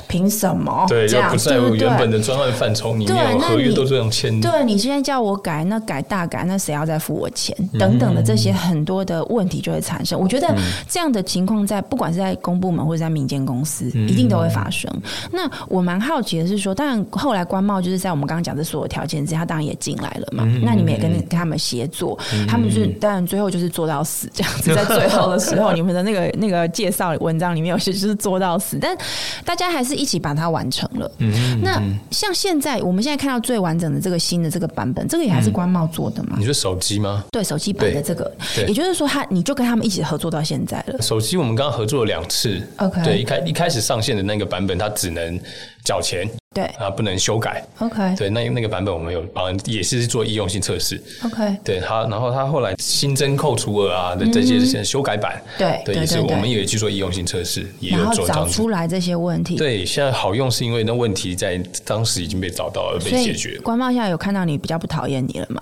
[SPEAKER 2] 凭什么
[SPEAKER 3] 对，
[SPEAKER 2] 哦这
[SPEAKER 3] 就
[SPEAKER 2] 样
[SPEAKER 3] 不在
[SPEAKER 2] 对
[SPEAKER 3] 乎
[SPEAKER 2] 不对
[SPEAKER 3] 原本的专案范畴里
[SPEAKER 2] 对啊
[SPEAKER 3] 面，
[SPEAKER 2] 那
[SPEAKER 3] 合约
[SPEAKER 2] 你
[SPEAKER 3] 都这样签的，
[SPEAKER 2] 对啊你现在叫我改，那改大改，那谁要再付我钱？等等的这些很多的问题就会产生。我觉得这样的情况在不管是在公部门或者在民间公司，一定都会发生。那我蛮好奇的是说，当然后来官贸就是在我们刚刚讲的所有条件之下，他当然也进来了嘛。那你们也跟跟他们协作，他们就是当然最后就是做到死这样子，在最后的时候，你们的那个那个介绍文章里面有些就是做到死，但大家还是一起把它完成了。
[SPEAKER 3] 嗯
[SPEAKER 2] 那像现在我们现在看到最完整的这个新的这个版本，这个也还是官贸做的嘛？
[SPEAKER 3] 你说手机吗？
[SPEAKER 2] 对手机版的这个，
[SPEAKER 3] 嗯对
[SPEAKER 2] 也就是说他，你就跟他们一起合作到现在了。
[SPEAKER 3] 手机我们刚刚合作了两次
[SPEAKER 2] OK
[SPEAKER 3] 对，一开一开始上线的那个版本，它只能缴钱
[SPEAKER 2] 对
[SPEAKER 3] 啊，不能修改。
[SPEAKER 2] ，OK，
[SPEAKER 3] 对，那那个版本我们有帮，也是做易用性测试。
[SPEAKER 2] ，OK，
[SPEAKER 3] 对它，然后它后来新增扣除额啊的这些修改版，
[SPEAKER 2] 嗯对
[SPEAKER 3] 对，
[SPEAKER 2] 对
[SPEAKER 3] 也是
[SPEAKER 2] 对对
[SPEAKER 3] 我们也去做易用性测试，也
[SPEAKER 2] 然
[SPEAKER 3] 有
[SPEAKER 2] 后
[SPEAKER 3] 做这
[SPEAKER 2] 找
[SPEAKER 3] 样子
[SPEAKER 2] 出。来这些问题。
[SPEAKER 3] 对，现在好用是因为那问题在当时已经被找到了，被
[SPEAKER 2] 所
[SPEAKER 3] 解
[SPEAKER 2] 以
[SPEAKER 3] 决了。
[SPEAKER 2] 官贸现在有看到你比较不讨厌你了吗？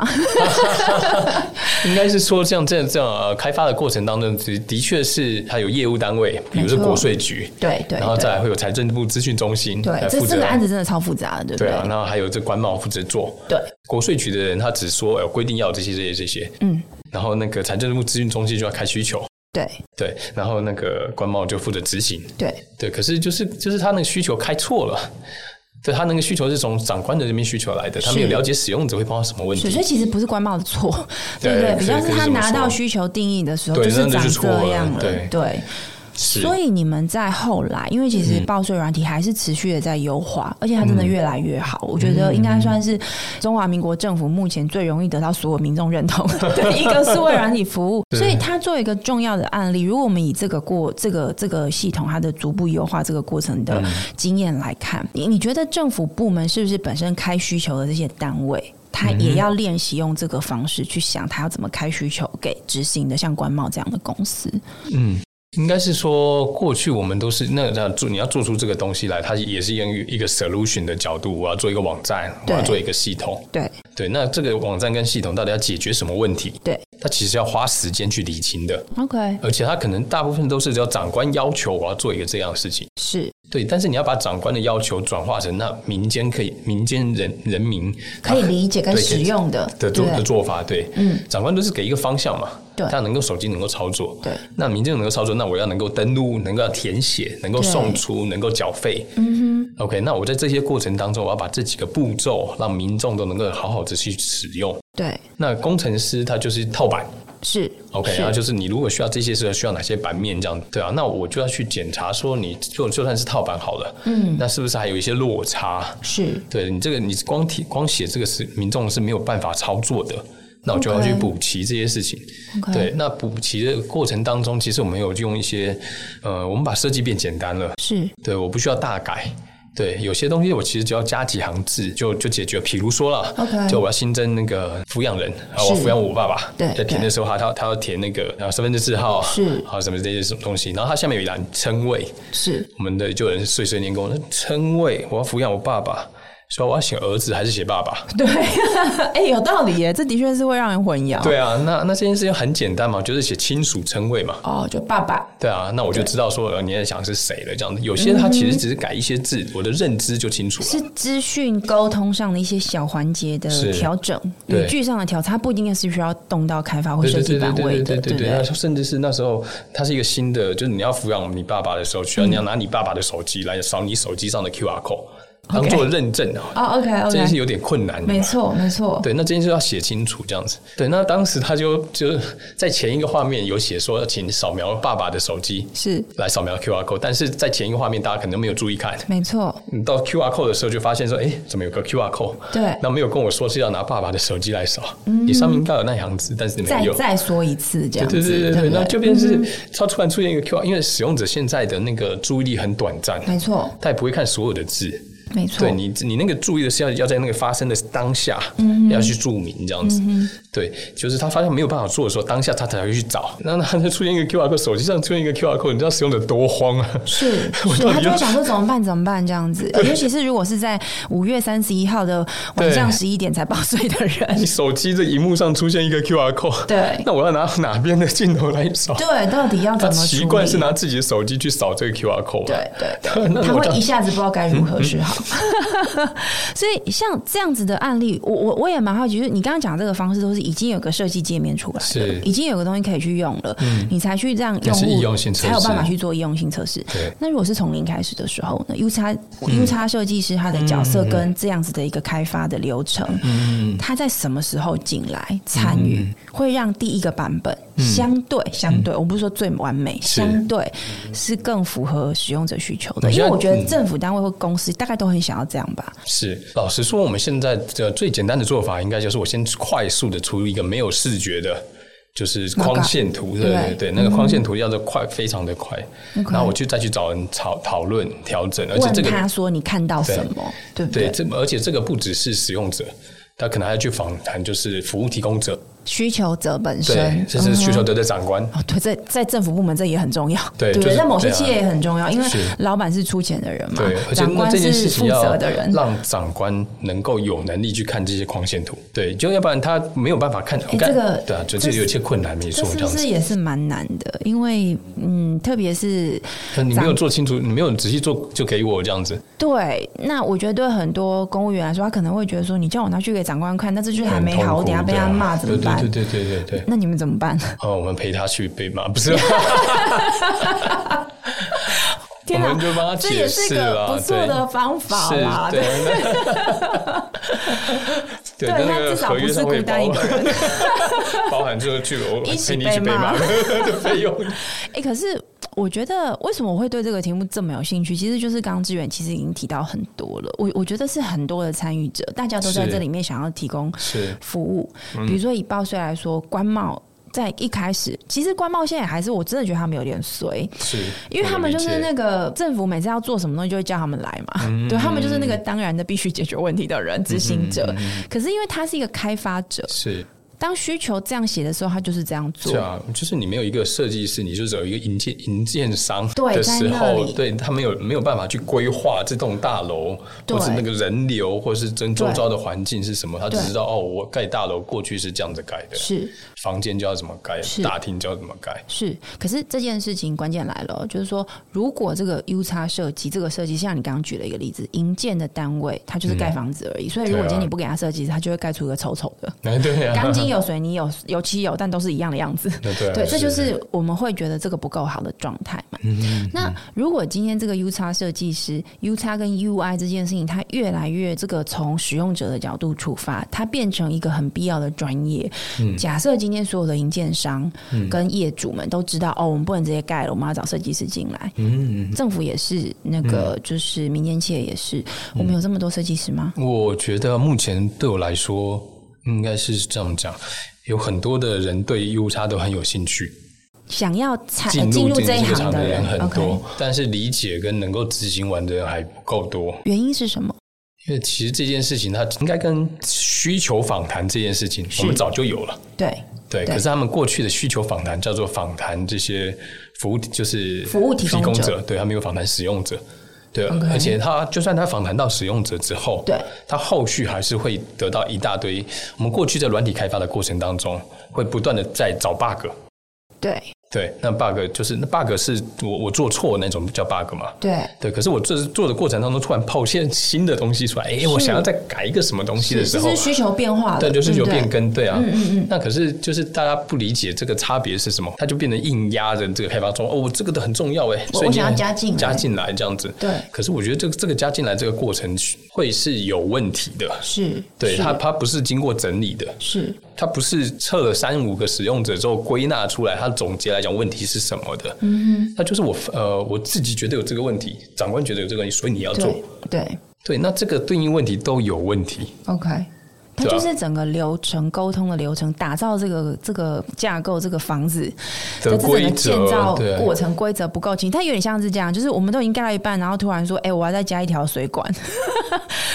[SPEAKER 3] 应该是说，像这样这样呃，开发的过程当中，其实的确是它有业务单位，比如说
[SPEAKER 2] 没错
[SPEAKER 3] 国税局，
[SPEAKER 2] 对对
[SPEAKER 3] 然后
[SPEAKER 2] 对
[SPEAKER 3] 再来会有财政部资讯中心
[SPEAKER 2] 对
[SPEAKER 3] 来，
[SPEAKER 2] 这
[SPEAKER 3] 负责
[SPEAKER 2] 这个案子真的超复杂的，对不
[SPEAKER 3] 对
[SPEAKER 2] 对？
[SPEAKER 3] 啊，那还有这官帽负责做，
[SPEAKER 2] 对
[SPEAKER 3] 国税局的人他只说有规定要这些这些这些，
[SPEAKER 2] 嗯，
[SPEAKER 3] 然后那个财政部资讯中心就要开需求，
[SPEAKER 2] 对
[SPEAKER 3] 对，然后那个官帽就负责执行，
[SPEAKER 2] 对
[SPEAKER 3] 对，可是就是就是他那个需求开错了。对他那个需求是从长官的这边需求来的，他们有了解使用者会碰到什么问
[SPEAKER 2] 是
[SPEAKER 3] 题
[SPEAKER 2] 所，以其实不是官帽的错，
[SPEAKER 3] 对
[SPEAKER 2] 对不对？
[SPEAKER 3] 可以
[SPEAKER 2] 比较是
[SPEAKER 3] 可以
[SPEAKER 2] 他
[SPEAKER 3] 这么说
[SPEAKER 2] 拿到需求定义的时候，
[SPEAKER 3] 对
[SPEAKER 2] 就是
[SPEAKER 3] 那
[SPEAKER 2] 长
[SPEAKER 3] 就是错了
[SPEAKER 2] 这样了，
[SPEAKER 3] 对
[SPEAKER 2] 对。
[SPEAKER 3] 是
[SPEAKER 2] 所以你们在后来，因为其实报税软体还是持续的在优化，而且它真的越来越好。我觉得应该算是中华民国政府目前最容易得到所有民众认同的一个数位软体服务。所以它作为一个重要的案例，如果我们以这个过这个这个系统它的逐步优化这个过程的经验来看，你你觉得政府部门是不是本身开需求的这些单位？他也要练习用这个方式去想，他要怎么开需求给执行的像官帽这样的公司。
[SPEAKER 3] 应该是说，过去我们都是那那做你要做出这个东西来，它也是用一个 solution 的角度，我要做一个网站，我
[SPEAKER 2] 对
[SPEAKER 3] 要做一个系统。
[SPEAKER 2] 对
[SPEAKER 3] 对，那这个网站跟系统到底要解决什么问题？
[SPEAKER 2] 对
[SPEAKER 3] 它其实要花时间去理清的，
[SPEAKER 2] ，OK，
[SPEAKER 3] 而且它可能大部分都是只要长官要求我要做一个这样的事情。
[SPEAKER 2] 是
[SPEAKER 3] 对，但是你要把长官的要求转化成那民间可以民间人人民
[SPEAKER 2] 可以理解跟
[SPEAKER 3] 对
[SPEAKER 2] 使用的，
[SPEAKER 3] 的做的
[SPEAKER 2] 对
[SPEAKER 3] 做法，对，嗯，长官都是给一个方向嘛，
[SPEAKER 2] 对
[SPEAKER 3] 他能够手机能够操作，
[SPEAKER 2] 对，
[SPEAKER 3] 那民政能够操作，那我要能够登录，能够要填写，能够
[SPEAKER 2] 对
[SPEAKER 3] 送出，能够缴费，嗯哼，OK，那我在这些过程当中，我要把这几个步骤让民众都能够好好的去使用。
[SPEAKER 2] 对
[SPEAKER 3] 那工程师他就是套版
[SPEAKER 2] 是
[SPEAKER 3] ，OK，
[SPEAKER 2] 是
[SPEAKER 3] 然后就是你如果需要这些时候需要哪些版面这样，对啊，那我就要去检查说你就就算是套版好了，嗯，那是不是还有一些落差？
[SPEAKER 2] 是
[SPEAKER 3] 对你这个，你光提光写这个是民众是没有办法操作的，那我就要
[SPEAKER 2] OK
[SPEAKER 3] 去补齐这些事情。
[SPEAKER 2] OK
[SPEAKER 3] 对，那补齐的过程当中，其实我们有用一些，呃，我们把设计变简单了。
[SPEAKER 2] 是
[SPEAKER 3] 对，我不需要大改。对，有些东西我其实只要加几行字就就解决。比如说啦
[SPEAKER 2] OK
[SPEAKER 3] 就我要新增那个抚养人，啊，我
[SPEAKER 2] 是
[SPEAKER 3] 抚养我爸爸，
[SPEAKER 2] 对
[SPEAKER 3] 在填的时候他他他要填那个啊身份证字号，
[SPEAKER 2] 是
[SPEAKER 3] 啊什么这些东西，然后它下面有一栏称谓，
[SPEAKER 2] 是
[SPEAKER 3] 我们的就有人碎碎念跟我说称谓，我要抚养我爸爸，说我要写儿子还是写爸爸？
[SPEAKER 2] 对，哎，有道理耶，这的确是会让人混淆。
[SPEAKER 3] 对啊，那那这件事情很简单嘛，就是写亲属称谓嘛。
[SPEAKER 2] 哦，就爸爸
[SPEAKER 3] 对啊，那我就知道说呃你在想是谁了。这样子，有些他其实只是改一些字，我的认知就清楚了。
[SPEAKER 2] 嗯是资讯沟通上的一些小环节的
[SPEAKER 3] 是
[SPEAKER 2] 调整，
[SPEAKER 3] 对
[SPEAKER 2] 语句上的调整，它不一定是需要动到开发或设计版位的，对不
[SPEAKER 3] 那甚至是那时候，它是一个新的，就是你要抚养你爸爸的时候，需
[SPEAKER 2] 嗯
[SPEAKER 3] 要你要拿你爸爸的手机来扫你手机上的 QR code，当做认证啊。
[SPEAKER 2] 哦，OK
[SPEAKER 3] 这件事
[SPEAKER 2] OK，
[SPEAKER 3] 有点困难的嘛，
[SPEAKER 2] 没错没错，
[SPEAKER 3] 对，那这件事要写清楚这样子。对，那当时他就就在前一个画面有写说，请扫描爸爸的手机
[SPEAKER 2] 是
[SPEAKER 3] 来扫描 QR code，但是在前一个画面大家可能没有注意看。
[SPEAKER 2] 没错，
[SPEAKER 3] 你到 QR code 的时候，就发现说，哎、怎么有个 QR code？
[SPEAKER 2] 对
[SPEAKER 3] 那没有跟我说是要拿爸爸的手机来扫，你上面应该有那行字，但是没
[SPEAKER 2] 再
[SPEAKER 3] 有。
[SPEAKER 2] 再说一次这样
[SPEAKER 3] 对
[SPEAKER 2] 子，
[SPEAKER 3] 对对
[SPEAKER 2] 不
[SPEAKER 3] 对，嗯那就变成是它突然出现一个 QR，因为使用者现在的那个注意力很短暂，
[SPEAKER 2] 没错
[SPEAKER 3] 他也不会看所有的字，
[SPEAKER 2] 没错
[SPEAKER 3] 对你，你那个注意的是要要在那个发生的当下，
[SPEAKER 2] 嗯
[SPEAKER 3] 要去注明这样子。对，就是他发现没有办法做的时候，当下他才会去找。那他就出现一个 QR code，手机上出现一个 QR code，你知道使用的多慌啊！
[SPEAKER 2] 是，
[SPEAKER 3] 我
[SPEAKER 2] 是
[SPEAKER 3] 到
[SPEAKER 2] 他
[SPEAKER 3] 底
[SPEAKER 2] 就
[SPEAKER 3] 要
[SPEAKER 2] 会想说 怎么办怎么办这样子，尤其是如果是在五月三十一号的晚上
[SPEAKER 3] 对
[SPEAKER 2] 十一点才报税的
[SPEAKER 3] 你
[SPEAKER 2] 人，
[SPEAKER 3] 手机的荧幕上出现一个 QR code，
[SPEAKER 2] 对
[SPEAKER 3] 那我要拿哪边的镜头来找？
[SPEAKER 2] 对，到底要怎
[SPEAKER 3] 他
[SPEAKER 2] 么
[SPEAKER 3] 习
[SPEAKER 2] 处
[SPEAKER 3] 惯
[SPEAKER 2] 理？
[SPEAKER 3] 是拿自己的手机去扫这个 QR code，吧
[SPEAKER 2] 对对
[SPEAKER 3] 那
[SPEAKER 2] 他
[SPEAKER 3] 我嗯
[SPEAKER 2] 会
[SPEAKER 3] 当
[SPEAKER 2] 一下子不知道该如何是好。 所以像这样子的案例，我我我也蛮好奇，就是你刚刚讲的这个方式，都是已经有个设计界面出来了
[SPEAKER 3] 是，
[SPEAKER 2] 已经有个东西可以去用了，你才去让
[SPEAKER 3] 那
[SPEAKER 2] 用
[SPEAKER 3] 是
[SPEAKER 2] 户
[SPEAKER 3] 易用性测试
[SPEAKER 2] 才有办法去做易用性测试
[SPEAKER 3] 对。嗯
[SPEAKER 2] 那如果是从零开始的时候呢？U 叉 U 叉设计师他的角色跟这样子的一个开发的流程，
[SPEAKER 3] 嗯
[SPEAKER 2] 他在什么时候进来参与，会让第一个版本
[SPEAKER 3] 嗯
[SPEAKER 2] 相对相对，我不是说最完美，
[SPEAKER 3] 是
[SPEAKER 2] 相对是更符合使用者需求的，
[SPEAKER 3] 你
[SPEAKER 2] 因
[SPEAKER 3] 现在嗯
[SPEAKER 2] 为我觉得政府单位或公司大概都很想要这样吧。
[SPEAKER 3] 是，老实说，我们现在的最简单的做法，应该就是我先快速的出一个没有视觉的，就是框线图，对对对，那
[SPEAKER 2] 嗯
[SPEAKER 3] 个框线图要的快，非常的快。然后我就再去找人讨讨论调整，而且
[SPEAKER 2] 问
[SPEAKER 3] 这个
[SPEAKER 2] 他说你看到什么，对不
[SPEAKER 3] 对
[SPEAKER 2] 对？
[SPEAKER 3] 这而且这个不只是使用者，他可能还要去访谈就是服务提供者，
[SPEAKER 2] 需求者本
[SPEAKER 3] 对
[SPEAKER 2] 身，，
[SPEAKER 3] 这是需求者的长官，
[SPEAKER 2] 嗯哦，对，在在政府部门这也很重要，
[SPEAKER 3] 对
[SPEAKER 2] 不
[SPEAKER 3] 就是
[SPEAKER 2] 对？在某些
[SPEAKER 3] 对啊
[SPEAKER 2] 企业也很重要，因为
[SPEAKER 3] 是
[SPEAKER 2] 老板是出钱的人嘛
[SPEAKER 3] 对，，而且
[SPEAKER 2] 长
[SPEAKER 3] 那
[SPEAKER 2] 官
[SPEAKER 3] 这件
[SPEAKER 2] 是负
[SPEAKER 3] 事情要
[SPEAKER 2] 责的人。
[SPEAKER 3] 让长官能够有能力去看这些框线图，对，就要不然他没有办法看。我看
[SPEAKER 2] 这个
[SPEAKER 3] 对啊，就
[SPEAKER 2] 这
[SPEAKER 3] 这
[SPEAKER 2] 是
[SPEAKER 3] 有些困难，没
[SPEAKER 2] 这
[SPEAKER 3] 错，
[SPEAKER 2] 是
[SPEAKER 3] 这
[SPEAKER 2] 不
[SPEAKER 3] 样子
[SPEAKER 2] 是。也是蛮难的？因为嗯，特别是
[SPEAKER 3] 那 你没有
[SPEAKER 2] 长
[SPEAKER 3] 做清楚，你没有仔细做，就给我这样子，
[SPEAKER 2] 对，那我觉得对很多公务员来说，他可能会觉得说，你叫我拿去给长官看，那这句还
[SPEAKER 3] 很
[SPEAKER 2] 没
[SPEAKER 3] 痛
[SPEAKER 2] 好，
[SPEAKER 3] 苦
[SPEAKER 2] 我等下被
[SPEAKER 3] 对啊
[SPEAKER 2] 他骂怎么办？
[SPEAKER 3] 对对对对对对。
[SPEAKER 2] 那你们怎么办？
[SPEAKER 3] 哦，我们陪他去被骂，不是，我
[SPEAKER 2] 天啊
[SPEAKER 3] 们就帮他
[SPEAKER 2] 这也
[SPEAKER 3] 解
[SPEAKER 2] 是
[SPEAKER 3] 释
[SPEAKER 2] 个
[SPEAKER 3] 啦，
[SPEAKER 2] 不错的方法
[SPEAKER 3] 对
[SPEAKER 2] 啦，
[SPEAKER 3] 是，对， 对，
[SPEAKER 2] 对
[SPEAKER 3] 那
[SPEAKER 2] 他
[SPEAKER 3] 个
[SPEAKER 2] 至少
[SPEAKER 3] 合
[SPEAKER 2] 不
[SPEAKER 3] 约
[SPEAKER 2] 是
[SPEAKER 3] 上
[SPEAKER 2] 孤
[SPEAKER 3] 会
[SPEAKER 2] 单
[SPEAKER 3] 包
[SPEAKER 2] 一个人。
[SPEAKER 3] 包 含这个去我
[SPEAKER 2] 一起
[SPEAKER 3] 陪你一
[SPEAKER 2] 被
[SPEAKER 3] 起被
[SPEAKER 2] 骂
[SPEAKER 3] 骂 的费用，
[SPEAKER 2] 哎、可是我觉得为什么我会对这个题目这么有兴趣？其实就是刚刚志远其实已经提到很多了，我我觉得是很多的参与者，大家都在
[SPEAKER 3] 是
[SPEAKER 2] 这里面想要提供
[SPEAKER 3] 是嗯
[SPEAKER 2] 服务。比如说以报税来说，官贸在一开始，其实官贸现在还是我真的觉得他们有点衰。
[SPEAKER 3] 是，
[SPEAKER 2] 因为他们就是那
[SPEAKER 3] 个
[SPEAKER 2] 个政府每次要做什么东西，就会叫他们来嘛。
[SPEAKER 3] 嗯
[SPEAKER 2] 对他们就是那个当然的必须解决问题的人，执行者。
[SPEAKER 3] 嗯
[SPEAKER 2] 可是因为他是一个开发者，
[SPEAKER 3] 是
[SPEAKER 2] 当需求这样写的时候，他就是这样做。
[SPEAKER 3] 是啊，就是你没有一个设计师，你就只有一个营建营建商
[SPEAKER 2] 对
[SPEAKER 3] 的
[SPEAKER 2] 在
[SPEAKER 3] 时
[SPEAKER 2] 那
[SPEAKER 3] 候
[SPEAKER 2] 里，
[SPEAKER 3] 对他没有没有办法去规划这栋大楼，
[SPEAKER 2] 对
[SPEAKER 3] 或是那个人流，或是真周
[SPEAKER 2] 对
[SPEAKER 3] 遭的环境是什么，他只
[SPEAKER 2] 对
[SPEAKER 3] 知道哦，我盖大楼过去是这样子盖的，
[SPEAKER 2] 是
[SPEAKER 3] 房间就要怎么盖
[SPEAKER 2] 是，
[SPEAKER 3] 大厅就要怎么盖，
[SPEAKER 2] 是，可是这件事情关键来了哦，就是说，如果这个 U 叉设计，这个设计像你刚刚举了一个例子，营建的单位它就是盖房子而已，所以如果
[SPEAKER 3] 嗯对啊
[SPEAKER 2] 今天你不给他设计，他就会盖出一个丑丑的。
[SPEAKER 3] 哎， 对啊，
[SPEAKER 2] 钢筋有，水泥有油漆有，但都是一样的样子。
[SPEAKER 3] 那 对啊
[SPEAKER 2] 这就是是我们会觉得这个不够好的状态嘛。
[SPEAKER 3] 嗯
[SPEAKER 2] 那如果今天这个 U 叉设计师 U 叉跟 UI 这件事情，它越来越这个从使用者的角度出发，它变成一个很必要的专业。
[SPEAKER 3] 嗯
[SPEAKER 2] 假设今天所有的营建商跟业主们都知道，哦，我们不能直接盖了，我们要找设计师进来。
[SPEAKER 3] 嗯
[SPEAKER 2] 政府也是，那个就是民间企业也是，
[SPEAKER 3] 嗯
[SPEAKER 2] 我们有这么多设计师吗？
[SPEAKER 3] 我觉得目前对我来说，应该是这样讲，有很多的人对 U 叉都很有 兴趣，
[SPEAKER 2] 想要参
[SPEAKER 3] 进
[SPEAKER 2] 进入
[SPEAKER 3] 这
[SPEAKER 2] 这一
[SPEAKER 3] 个
[SPEAKER 2] 行
[SPEAKER 3] 行
[SPEAKER 2] 的
[SPEAKER 3] 人很
[SPEAKER 2] o k
[SPEAKER 3] 多，但是理解跟能够执行完的人还不够多。
[SPEAKER 2] 原因是什么？
[SPEAKER 3] 因为其实这件事情，它应该跟需求访谈这件事情，我们早就有了。
[SPEAKER 2] 对，
[SPEAKER 3] 对，
[SPEAKER 2] 对
[SPEAKER 3] 可是他们过去的需求访谈叫做访谈这些服务，就是
[SPEAKER 2] 服务提供者
[SPEAKER 3] 对他没有访谈使用者，对
[SPEAKER 2] OK
[SPEAKER 3] 而且他就算他访谈到使用者之后，
[SPEAKER 2] 对
[SPEAKER 3] 他后续还是会得到一大堆。我们过去在软体开发的过程当中，会不断的在找 bug，
[SPEAKER 2] 对，
[SPEAKER 3] 对，那 bug 就是那 bug 是我我做错那种叫 bug 嘛，
[SPEAKER 2] 对，
[SPEAKER 3] 对，可是我做做的过程当中，突然抛现新的东西出来，哎，我想要再改一个什么东西的时
[SPEAKER 2] 这
[SPEAKER 3] 候
[SPEAKER 2] 是，需求变化了，
[SPEAKER 3] 对，就是有
[SPEAKER 2] 不对嗯
[SPEAKER 3] 变更，对啊，那可是就是大家不理解这个差别是什么，它就变成硬压着这个开发中，哦，我这个的很重要哎，
[SPEAKER 2] 我
[SPEAKER 3] 所以你
[SPEAKER 2] 我想要加进来
[SPEAKER 3] 加进来这样子，
[SPEAKER 2] 对
[SPEAKER 3] 可是我觉得这个这个加进来这个过程会是有问题的，
[SPEAKER 2] 是，
[SPEAKER 3] 对，
[SPEAKER 2] 是
[SPEAKER 3] 它它不是经过整理的，
[SPEAKER 2] 是
[SPEAKER 3] 它不是测了三五个使用者之后归纳出来，它总结来讲问题是什么的。嗯，它就是我呃我自己觉得有这个问题，长官觉得有这个问题，所以你要做。
[SPEAKER 2] 对对
[SPEAKER 3] 对，那这个对应问题都有问题。啊
[SPEAKER 2] ，OK。它就是整个流程沟通的流程，打造这个这个架构这个房子
[SPEAKER 3] 的
[SPEAKER 2] 这整个
[SPEAKER 3] 规则
[SPEAKER 2] 建造
[SPEAKER 3] 对
[SPEAKER 2] 过程规则不够清，它有点像是这样，就是我们都已经盖到一半，然后突然说，哎、我要再加一条水管，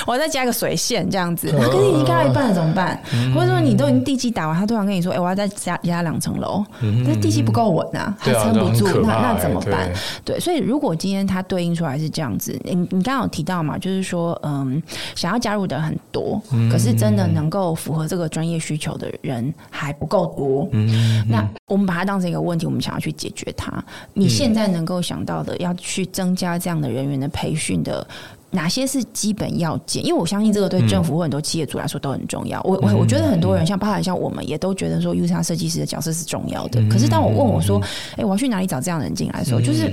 [SPEAKER 2] 我要再加一个水线这样子，啊可是已经盖到一半了怎么办？或者说你都已经地基打完，他突然跟你说，哎、我要再加加两层楼，
[SPEAKER 3] 嗯
[SPEAKER 2] 但是地基不够稳啊，它
[SPEAKER 3] 对
[SPEAKER 2] 撑
[SPEAKER 3] 啊
[SPEAKER 2] 不住，
[SPEAKER 3] 那很
[SPEAKER 2] 那
[SPEAKER 3] 可怕
[SPEAKER 2] 那
[SPEAKER 3] 欸
[SPEAKER 2] 怎么办
[SPEAKER 3] 对？
[SPEAKER 2] 对，所以如果今天它对应出来是这样子，你你刚刚有提到嘛，就是说，嗯，想要加入的人很多，可是真
[SPEAKER 3] 嗯
[SPEAKER 2] 的能够符合这个专业需求的人还不够多。
[SPEAKER 3] 嗯
[SPEAKER 2] 那我们把它当成一个问题，我们想要去解决它。你现在能够想到的，要去增加这样的人员的培训的。哪些是基本要件？因为我相信这
[SPEAKER 3] 嗯
[SPEAKER 2] 个对政府或很多企业主来说都很重要。我我我觉得很多人像包含像我们也都觉得说 U 叉设计师的角色是重要的。可是当我问我
[SPEAKER 3] 嗯
[SPEAKER 2] 说：“哎、我要去哪里找这样的人进来？”的时候，就是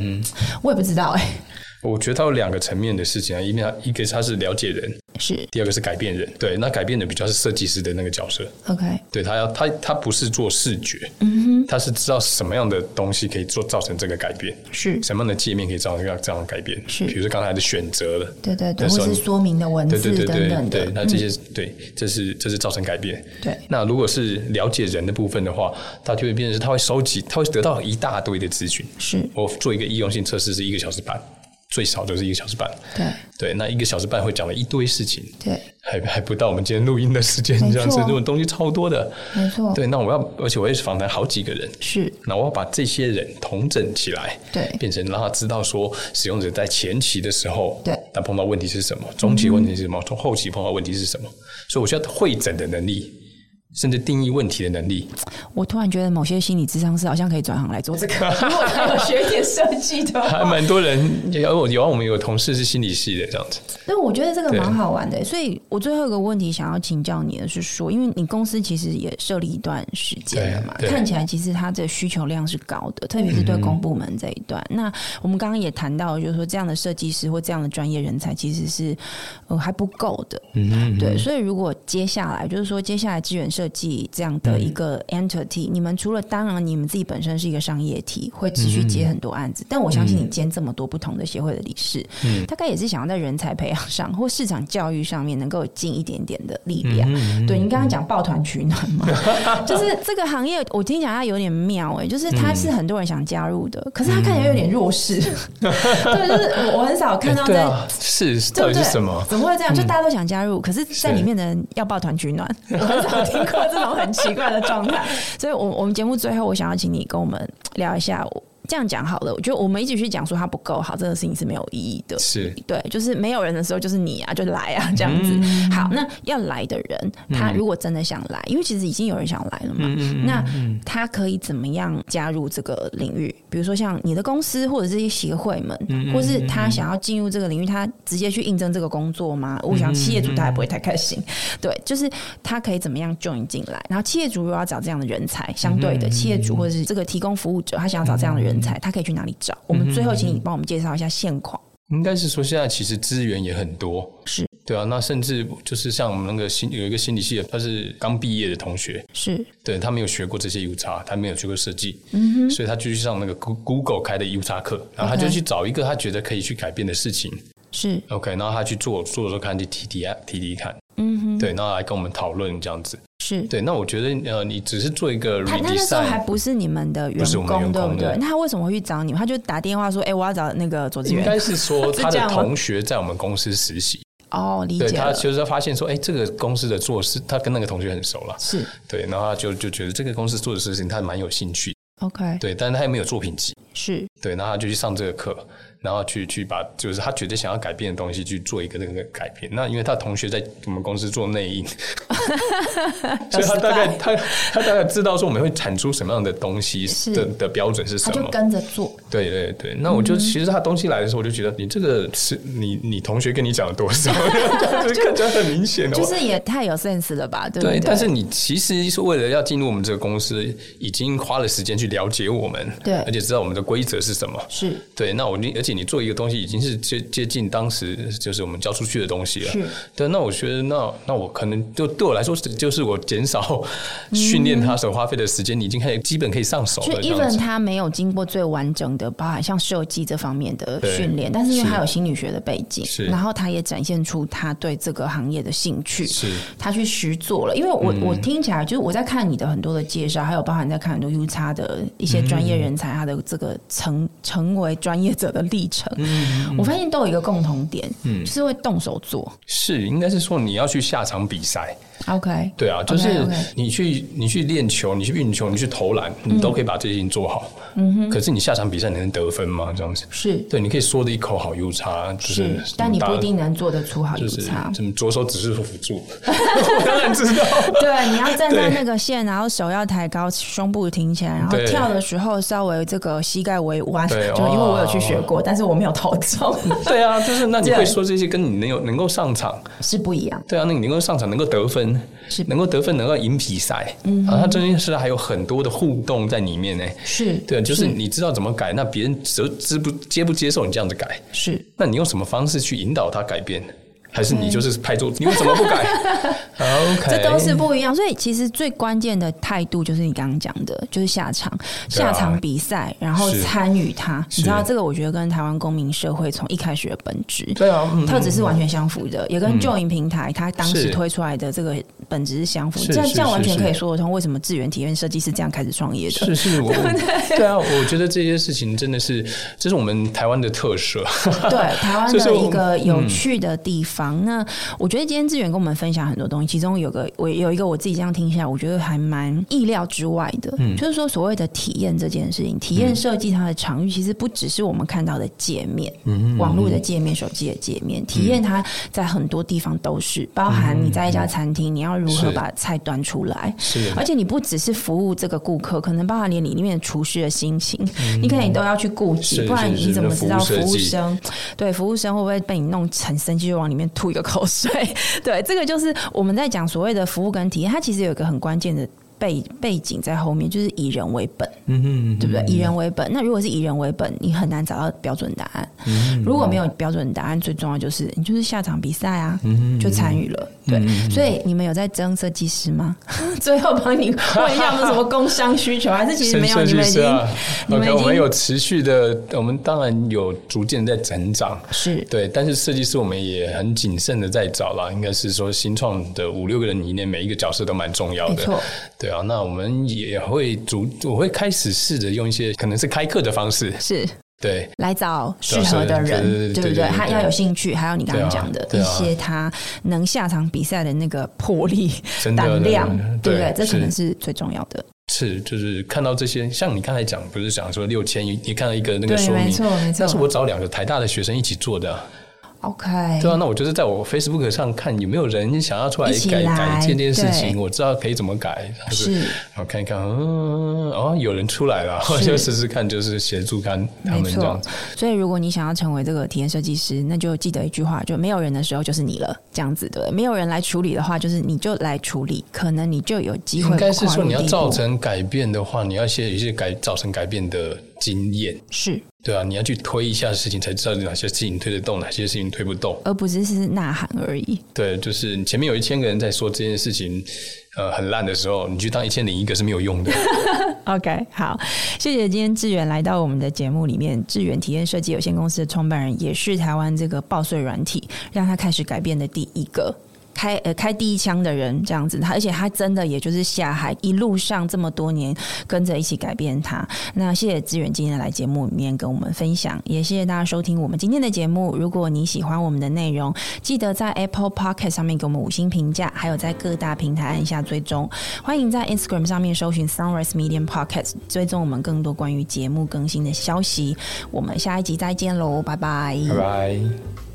[SPEAKER 2] 我也不知道哎、
[SPEAKER 3] 我觉得它有两个层面的事情啊，一面一个是它是了解人，
[SPEAKER 2] 是
[SPEAKER 3] 第二个是改变人。对，那改变人比较是设计师的那个角色，
[SPEAKER 2] OK，
[SPEAKER 3] 对他要他他不是做视觉，嗯哼，他是知道什么样的东西可以做造成这个改变，
[SPEAKER 2] 是
[SPEAKER 3] 什么样的界面可以造成这样这样的改变，
[SPEAKER 2] 是
[SPEAKER 3] 比如说刚才的选择了，
[SPEAKER 2] 对对对，
[SPEAKER 3] 那
[SPEAKER 2] 或
[SPEAKER 3] 时候
[SPEAKER 2] 是
[SPEAKER 3] 你
[SPEAKER 2] 说明的文
[SPEAKER 3] 对
[SPEAKER 2] 字
[SPEAKER 3] 对对
[SPEAKER 2] 等等
[SPEAKER 3] 对
[SPEAKER 2] 的嗯
[SPEAKER 3] 对，，那这些、对，这是这是造成改变。
[SPEAKER 2] 对
[SPEAKER 3] 那如果是了解人的部分的话，它就会变成是它会收集，它会得到一大堆的资讯。
[SPEAKER 2] 是
[SPEAKER 3] 我做一个易用性测试是一个小时半，最少就是一个小时半。
[SPEAKER 2] 对
[SPEAKER 3] 对，那一个小时半会讲了一堆事情，
[SPEAKER 2] 对，
[SPEAKER 3] 还还不到我们今天录音的时间
[SPEAKER 2] 没错
[SPEAKER 3] 这样子，这种东西超多的。
[SPEAKER 2] 没错，
[SPEAKER 3] 对，那我要，而且我也是访谈好几个人，
[SPEAKER 2] 是
[SPEAKER 3] 那我要把这些人统整起来，
[SPEAKER 2] 对
[SPEAKER 3] 变成让他知道说，使用者在前期的时候，
[SPEAKER 2] 对嗯
[SPEAKER 3] 他碰到问题是什么，中期问题是什么，从后期碰到问题是什么，所以我需要会诊的能力，甚至定义问题的能力。
[SPEAKER 2] 我突然觉得某些心理智商师好像可以转行来做 这个，如果他有学一点设计的
[SPEAKER 3] 还
[SPEAKER 2] 话，
[SPEAKER 3] 蛮多人有我有啊，我们有同事是心理系的这样子，
[SPEAKER 2] 那我觉得这个
[SPEAKER 3] 对
[SPEAKER 2] 蛮好玩的。欸所以我最后一个问题想要请教你的是说，因为你公司其实也设立一段时间了嘛，
[SPEAKER 3] 对对嗯
[SPEAKER 2] 看起来其实它的需求量是高的，特别是对公部门这一段。那我们刚刚也谈到，就是说这样的设计师或这样的专业人才其实是呃还不够的。嗯
[SPEAKER 3] 嗯
[SPEAKER 2] 对，所以如果接下来就是说，接下来资源设计这样
[SPEAKER 3] 嗯
[SPEAKER 2] 的一个 entity，、你们除了当然你们自己本身是一个商业体，会持
[SPEAKER 3] 嗯
[SPEAKER 2] 续接很多案子，但我相信你兼这么多不同的协会的理事，
[SPEAKER 3] 嗯
[SPEAKER 2] 大概也是想要在人才培养上或市场教育上面能够尽一点点的力
[SPEAKER 3] 嗯
[SPEAKER 2] 量。对你刚刚讲抱团取暖 嘛，就是这个行业，我听起来它有点妙哎、就是
[SPEAKER 3] 嗯
[SPEAKER 2] 它是很多人想加入的，可是它看起来有点弱 势，对，就是我我很少看到
[SPEAKER 3] 对
[SPEAKER 2] 在
[SPEAKER 3] 啊，是
[SPEAKER 2] 对
[SPEAKER 3] 到
[SPEAKER 2] 不
[SPEAKER 3] 底
[SPEAKER 2] 对？
[SPEAKER 3] 是什么？
[SPEAKER 2] 怎么会这样？就大家都想加入，可是在里面的人要抱团取暖， 我很少听过这种很奇怪的状态。所以，我我们节目最后，我想要请你跟我们聊一下。我这样讲好了，我觉得我们一起去讲说它不够好，这个事情是没有意义的。
[SPEAKER 3] 是
[SPEAKER 2] 对，就是没有人的时候，就是你啊，就来啊， 这样子。好，那要来的人，他如果真的想来，因为其实已经有人想来了嘛，那他可以怎么样加入这个领域？比如说像你的公司或者这些协会们，或是他想要进入这个领域，他直接去应征这个工作吗？我想企业主他也不会太开心。 对，就是他可以怎么样 join 进来，然后企业主如果要找这样的人才，相对的企业主或者是这个提供服务者，他想要找这样的人才，他可以去哪里找？我们最后请你帮我们介绍一下现况。
[SPEAKER 3] 应该是说现在其实资源也很多，
[SPEAKER 2] 是
[SPEAKER 3] 对啊，那甚至就是像我们那个心有一个心理系的，他是刚毕业的同学，
[SPEAKER 2] 是
[SPEAKER 3] 对他没有学过这些 U 叉，他没有学过设计，嗯、所以他就去上那个 Goo- Google 开的 U 叉课，然后他就
[SPEAKER 2] OK
[SPEAKER 3] 去找一个他觉得可以去改变的事情
[SPEAKER 2] 是，
[SPEAKER 3] ，OK，然后他去做做的时候看就提提啊提提看，
[SPEAKER 2] 嗯哼，
[SPEAKER 3] 对，然后来跟我们讨论这样子，
[SPEAKER 2] 是。
[SPEAKER 3] 对，那我觉得呃，你只是做一个
[SPEAKER 2] 他他那时候还
[SPEAKER 3] redesign，
[SPEAKER 2] 不是你们的员
[SPEAKER 3] 不是我们员
[SPEAKER 2] 工，对不
[SPEAKER 3] 工对
[SPEAKER 2] 对？那他为什么会去找你们？他就打电话说：“哎、我要找那个左志
[SPEAKER 3] 应该
[SPEAKER 2] 远。
[SPEAKER 3] 是 说
[SPEAKER 2] 是
[SPEAKER 3] 他
[SPEAKER 2] 这
[SPEAKER 3] 的
[SPEAKER 2] 样吗
[SPEAKER 3] 同学在我们公司实习，”
[SPEAKER 2] 哦，理
[SPEAKER 3] 对
[SPEAKER 2] 解
[SPEAKER 3] 他
[SPEAKER 2] 了，
[SPEAKER 3] 就是发现说，哎，这个公司的做事，他跟那个同学很熟了，
[SPEAKER 2] 是
[SPEAKER 3] 对，然后他就就觉得这个公司做的事情他蛮有兴趣，
[SPEAKER 2] OK，
[SPEAKER 3] 对，但是他也没有作品集。
[SPEAKER 2] 是
[SPEAKER 3] 对，然后他就去上这个课，然后去去把就是他觉得想要改变的东西去做一个那个改变。那因为他同学在我们公司做内 应，所以他大概他他大概知道说我们会产出什么样的东西
[SPEAKER 2] 是
[SPEAKER 3] 的的标准是
[SPEAKER 2] 他
[SPEAKER 3] 什
[SPEAKER 2] 就嗯
[SPEAKER 3] 么。
[SPEAKER 2] 跟着做，
[SPEAKER 3] 对对对，那我就、其实他东西来的时候，我就觉得你这个是你你同学跟你讲了 多少，就是感觉很明显的。
[SPEAKER 2] 就是也太有 sense 了吧？对不
[SPEAKER 3] 对，
[SPEAKER 2] 对？
[SPEAKER 3] 但是你其实是为了要进入我们这个公司，已经花了时间去了解我们，
[SPEAKER 2] 对
[SPEAKER 3] 而且知道我们的规则是什么，
[SPEAKER 2] 是
[SPEAKER 3] 对，那我你而且你做一个东西已经是接接近当时就是我们交出去的东西了
[SPEAKER 2] 是，
[SPEAKER 3] 对，那我觉得那那我可能就对我来说，就是我减少
[SPEAKER 2] 嗯
[SPEAKER 3] 训练它所花费的时间，你已经开始基本可以上手
[SPEAKER 2] 就
[SPEAKER 3] 哦了。这样
[SPEAKER 2] even
[SPEAKER 3] 子
[SPEAKER 2] 他没有经过最完整的，包含像设计这方面的
[SPEAKER 3] 对
[SPEAKER 2] 训练，但是因为
[SPEAKER 3] 是
[SPEAKER 2] 他有心理学的背景
[SPEAKER 3] 是，
[SPEAKER 2] 然后他也展现出他对这个行业的兴趣，
[SPEAKER 3] 是
[SPEAKER 2] 他去实做了。因为我、
[SPEAKER 3] 嗯
[SPEAKER 2] 我听起来就是我在看你的很多的介绍，还有包含在看很多 U 叉的一些专业人才，他的这个成成为专业者的历程，
[SPEAKER 3] 嗯
[SPEAKER 2] 我发现都有一个共同点，就是会动手做。
[SPEAKER 3] 是，应该是说你要去下场比赛。
[SPEAKER 2] OK，
[SPEAKER 3] 对啊，就是
[SPEAKER 2] OK，OK
[SPEAKER 3] 你去你去练球，你去运球，你去投篮，你都可以把这些事情做好。嗯哼。可是你下场比赛你能得分吗？这样子。
[SPEAKER 2] 是
[SPEAKER 3] 对，你可以说的一口好 U 叉，就是
[SPEAKER 2] 是，但你
[SPEAKER 3] 打
[SPEAKER 2] 不一定能做得出好有
[SPEAKER 3] 就是
[SPEAKER 2] 差。
[SPEAKER 3] 怎么左手只是辅助， 我当然知道。
[SPEAKER 2] 对，你要站
[SPEAKER 3] 对
[SPEAKER 2] 在那个线，然后手要抬高，胸部挺起来，然后
[SPEAKER 3] 对
[SPEAKER 2] 跳的时候稍微这个膝盖微弯，就
[SPEAKER 3] 对
[SPEAKER 2] 因为我有去
[SPEAKER 3] 哦
[SPEAKER 2] 学过，但是我没有投中，
[SPEAKER 3] 对啊，就是那你
[SPEAKER 2] 对
[SPEAKER 3] 会说这些，跟你能有能够上场，
[SPEAKER 2] 是不一样。
[SPEAKER 3] 对啊，那你能够上场，能够得分
[SPEAKER 2] 是，
[SPEAKER 3] 能够得分，能够赢比赛，嗯，啊，它这件事还有很多的互动在里面呢。
[SPEAKER 2] 是，
[SPEAKER 3] 对啊，就是你知道怎么改，那别人接接不接不接受你这样子改，
[SPEAKER 2] 是
[SPEAKER 3] 那你用什么方式去引导他改变？还是你就是拍桌，你为什么不改 ？OK，
[SPEAKER 2] 嗯这都是不一样。所以其实最关键的态度就是你刚刚讲的，就是下场、
[SPEAKER 3] 对
[SPEAKER 2] 下
[SPEAKER 3] 啊
[SPEAKER 2] 场比赛，然后
[SPEAKER 3] 是
[SPEAKER 2] 参与它。
[SPEAKER 3] 是
[SPEAKER 2] 你知道这个，我觉得跟台湾公民社会从一开始的本质，
[SPEAKER 3] 对啊，嗯
[SPEAKER 2] 特质是完全相符的，也跟救营平台它当时
[SPEAKER 3] 是
[SPEAKER 2] 推出来的这个本质是相符。
[SPEAKER 3] 是
[SPEAKER 2] 这样
[SPEAKER 3] 是
[SPEAKER 2] 这样完
[SPEAKER 3] 是
[SPEAKER 2] 全可以
[SPEAKER 3] 是
[SPEAKER 2] 说得通，为什么智源体验设计是这样开始创业的？
[SPEAKER 3] 是是， 我对啊，我觉得这些事情真的是，这是我们台湾的特色。
[SPEAKER 2] 对台湾
[SPEAKER 3] 就是
[SPEAKER 2] 的
[SPEAKER 3] 我嗯
[SPEAKER 2] 一个有趣的地方。那我觉得今天志远跟我们分享很多东西，其中有个我有一个我自己这样听下来，我觉得还蛮意料之外的。
[SPEAKER 3] 嗯
[SPEAKER 2] 就是说所谓的体验这件事情，体验设计它的场域其实不只是我们看到的界面，
[SPEAKER 3] 嗯
[SPEAKER 2] 网络的界面、手机的界面，体验它在很多地方都是，包含你在一家餐厅，你要如何
[SPEAKER 3] 嗯是
[SPEAKER 2] 把菜端出来，
[SPEAKER 3] 是
[SPEAKER 2] 而且你不只是服务这个顾客，可能包含连里面厨师的心情，你可能都要去顾及，
[SPEAKER 3] 嗯是
[SPEAKER 2] 不然
[SPEAKER 3] 是是
[SPEAKER 2] 你怎么
[SPEAKER 3] 那
[SPEAKER 2] 知
[SPEAKER 3] 服务
[SPEAKER 2] 道服
[SPEAKER 3] 设
[SPEAKER 2] 务
[SPEAKER 3] 计
[SPEAKER 2] 生对服务生会不会被你弄很生气，就往里面吐一个口水？ 对，这个就是我们在讲所谓的服务跟体验，它其实有一个很关键的。背背景在后面，就是以人为本，
[SPEAKER 3] 嗯
[SPEAKER 2] 对不对？以人为本，那如果是以人为本，你很难找到标准答案。
[SPEAKER 3] 嗯
[SPEAKER 2] 如果没有标准答案，最重要就是你就是下场比赛啊，
[SPEAKER 3] 嗯
[SPEAKER 2] 就参与了。对，所以你们有在征设计师 吗？最后帮你问一下，有没有什么工商需求？还是其实没有？你们已经
[SPEAKER 3] 啊
[SPEAKER 2] 你们已
[SPEAKER 3] ，OK，
[SPEAKER 2] 经
[SPEAKER 3] 我们有持续的，我们当然有逐渐在成长。
[SPEAKER 2] 是
[SPEAKER 3] 对，但是设计师我们也很谨慎的在找啦，应该是说新创的五六个人里面，每一个角色都蛮重要
[SPEAKER 2] 没错
[SPEAKER 3] 的。对啊，那我们也会逐，我会开始试着用一些可能是开课的方式，
[SPEAKER 2] 是。
[SPEAKER 3] 对，
[SPEAKER 2] 来找适合的人，
[SPEAKER 3] 对对对对啊
[SPEAKER 2] 不
[SPEAKER 3] 对对
[SPEAKER 2] 对？
[SPEAKER 3] 对
[SPEAKER 2] 他要有兴趣，还有你刚刚讲的
[SPEAKER 3] 对
[SPEAKER 2] 一
[SPEAKER 3] 啊对啊
[SPEAKER 2] 些他能下场比赛的那个魄力
[SPEAKER 3] 真、的
[SPEAKER 2] 胆量，对
[SPEAKER 3] 对
[SPEAKER 2] 不对？这可能
[SPEAKER 3] 是
[SPEAKER 2] 是最重要的。
[SPEAKER 3] 是就是看到这些，像你刚才讲，不是讲说六千，你看到一个那个
[SPEAKER 2] 对
[SPEAKER 3] 说明，
[SPEAKER 2] 没错没错
[SPEAKER 3] 但是我找两个台大的学生一起做的啊、
[SPEAKER 2] OK，
[SPEAKER 3] 对啊，那我就是在我 Facebook 上看有没有人想要出来
[SPEAKER 2] 哎一起
[SPEAKER 3] 改
[SPEAKER 2] 来
[SPEAKER 3] 改这件事情，
[SPEAKER 2] 对
[SPEAKER 3] 我知道可以怎么改，然后就是然后看一看，嗯，哦，有人出来了，我就试试看，就是协助看他
[SPEAKER 2] 没
[SPEAKER 3] 们这样
[SPEAKER 2] 错
[SPEAKER 3] 子。，
[SPEAKER 2] 所以如果你想要成为这个体验设计师，那就记得一句话：就没有人的时候就是你了，这样子对不对？没有人来处理的话，就是你就来处理，可能你就有机会。
[SPEAKER 3] 应该是说你要造，成改变的话，你要先有一些改造成改变的经验，
[SPEAKER 2] 是，
[SPEAKER 3] 对啊，你要去推一下事情，才知道哪些事情推得动，哪些事情推不动。
[SPEAKER 2] 而不只是呐喊而已。
[SPEAKER 3] 对，就是前面有一千个人在说这件事情，呃，很烂的时候，你去当一千零一个是没 有用的。
[SPEAKER 2] OK，好，谢谢今天志远来到我们的节目里面。志远体验设计有限公司的创办人，也是台湾这个报税软体让他开始改变的第一个。开呃开第一枪的人这样子，他而且他真的也就是下海一路上这么多年跟着一起改变他。那谢谢志远今天来节目里面跟我们分享，也谢谢大家收听我们今天的节目。如果你喜欢我们的内容，记得在 Apple Podcast 上面给我们五星评价，还有在各大平台按下追踪。欢迎在 Instagram 上面搜寻 Sunrise Medium Podcast，追踪我们更多关于节目更新的消息。我们下一集再见喽，拜拜
[SPEAKER 3] 拜拜。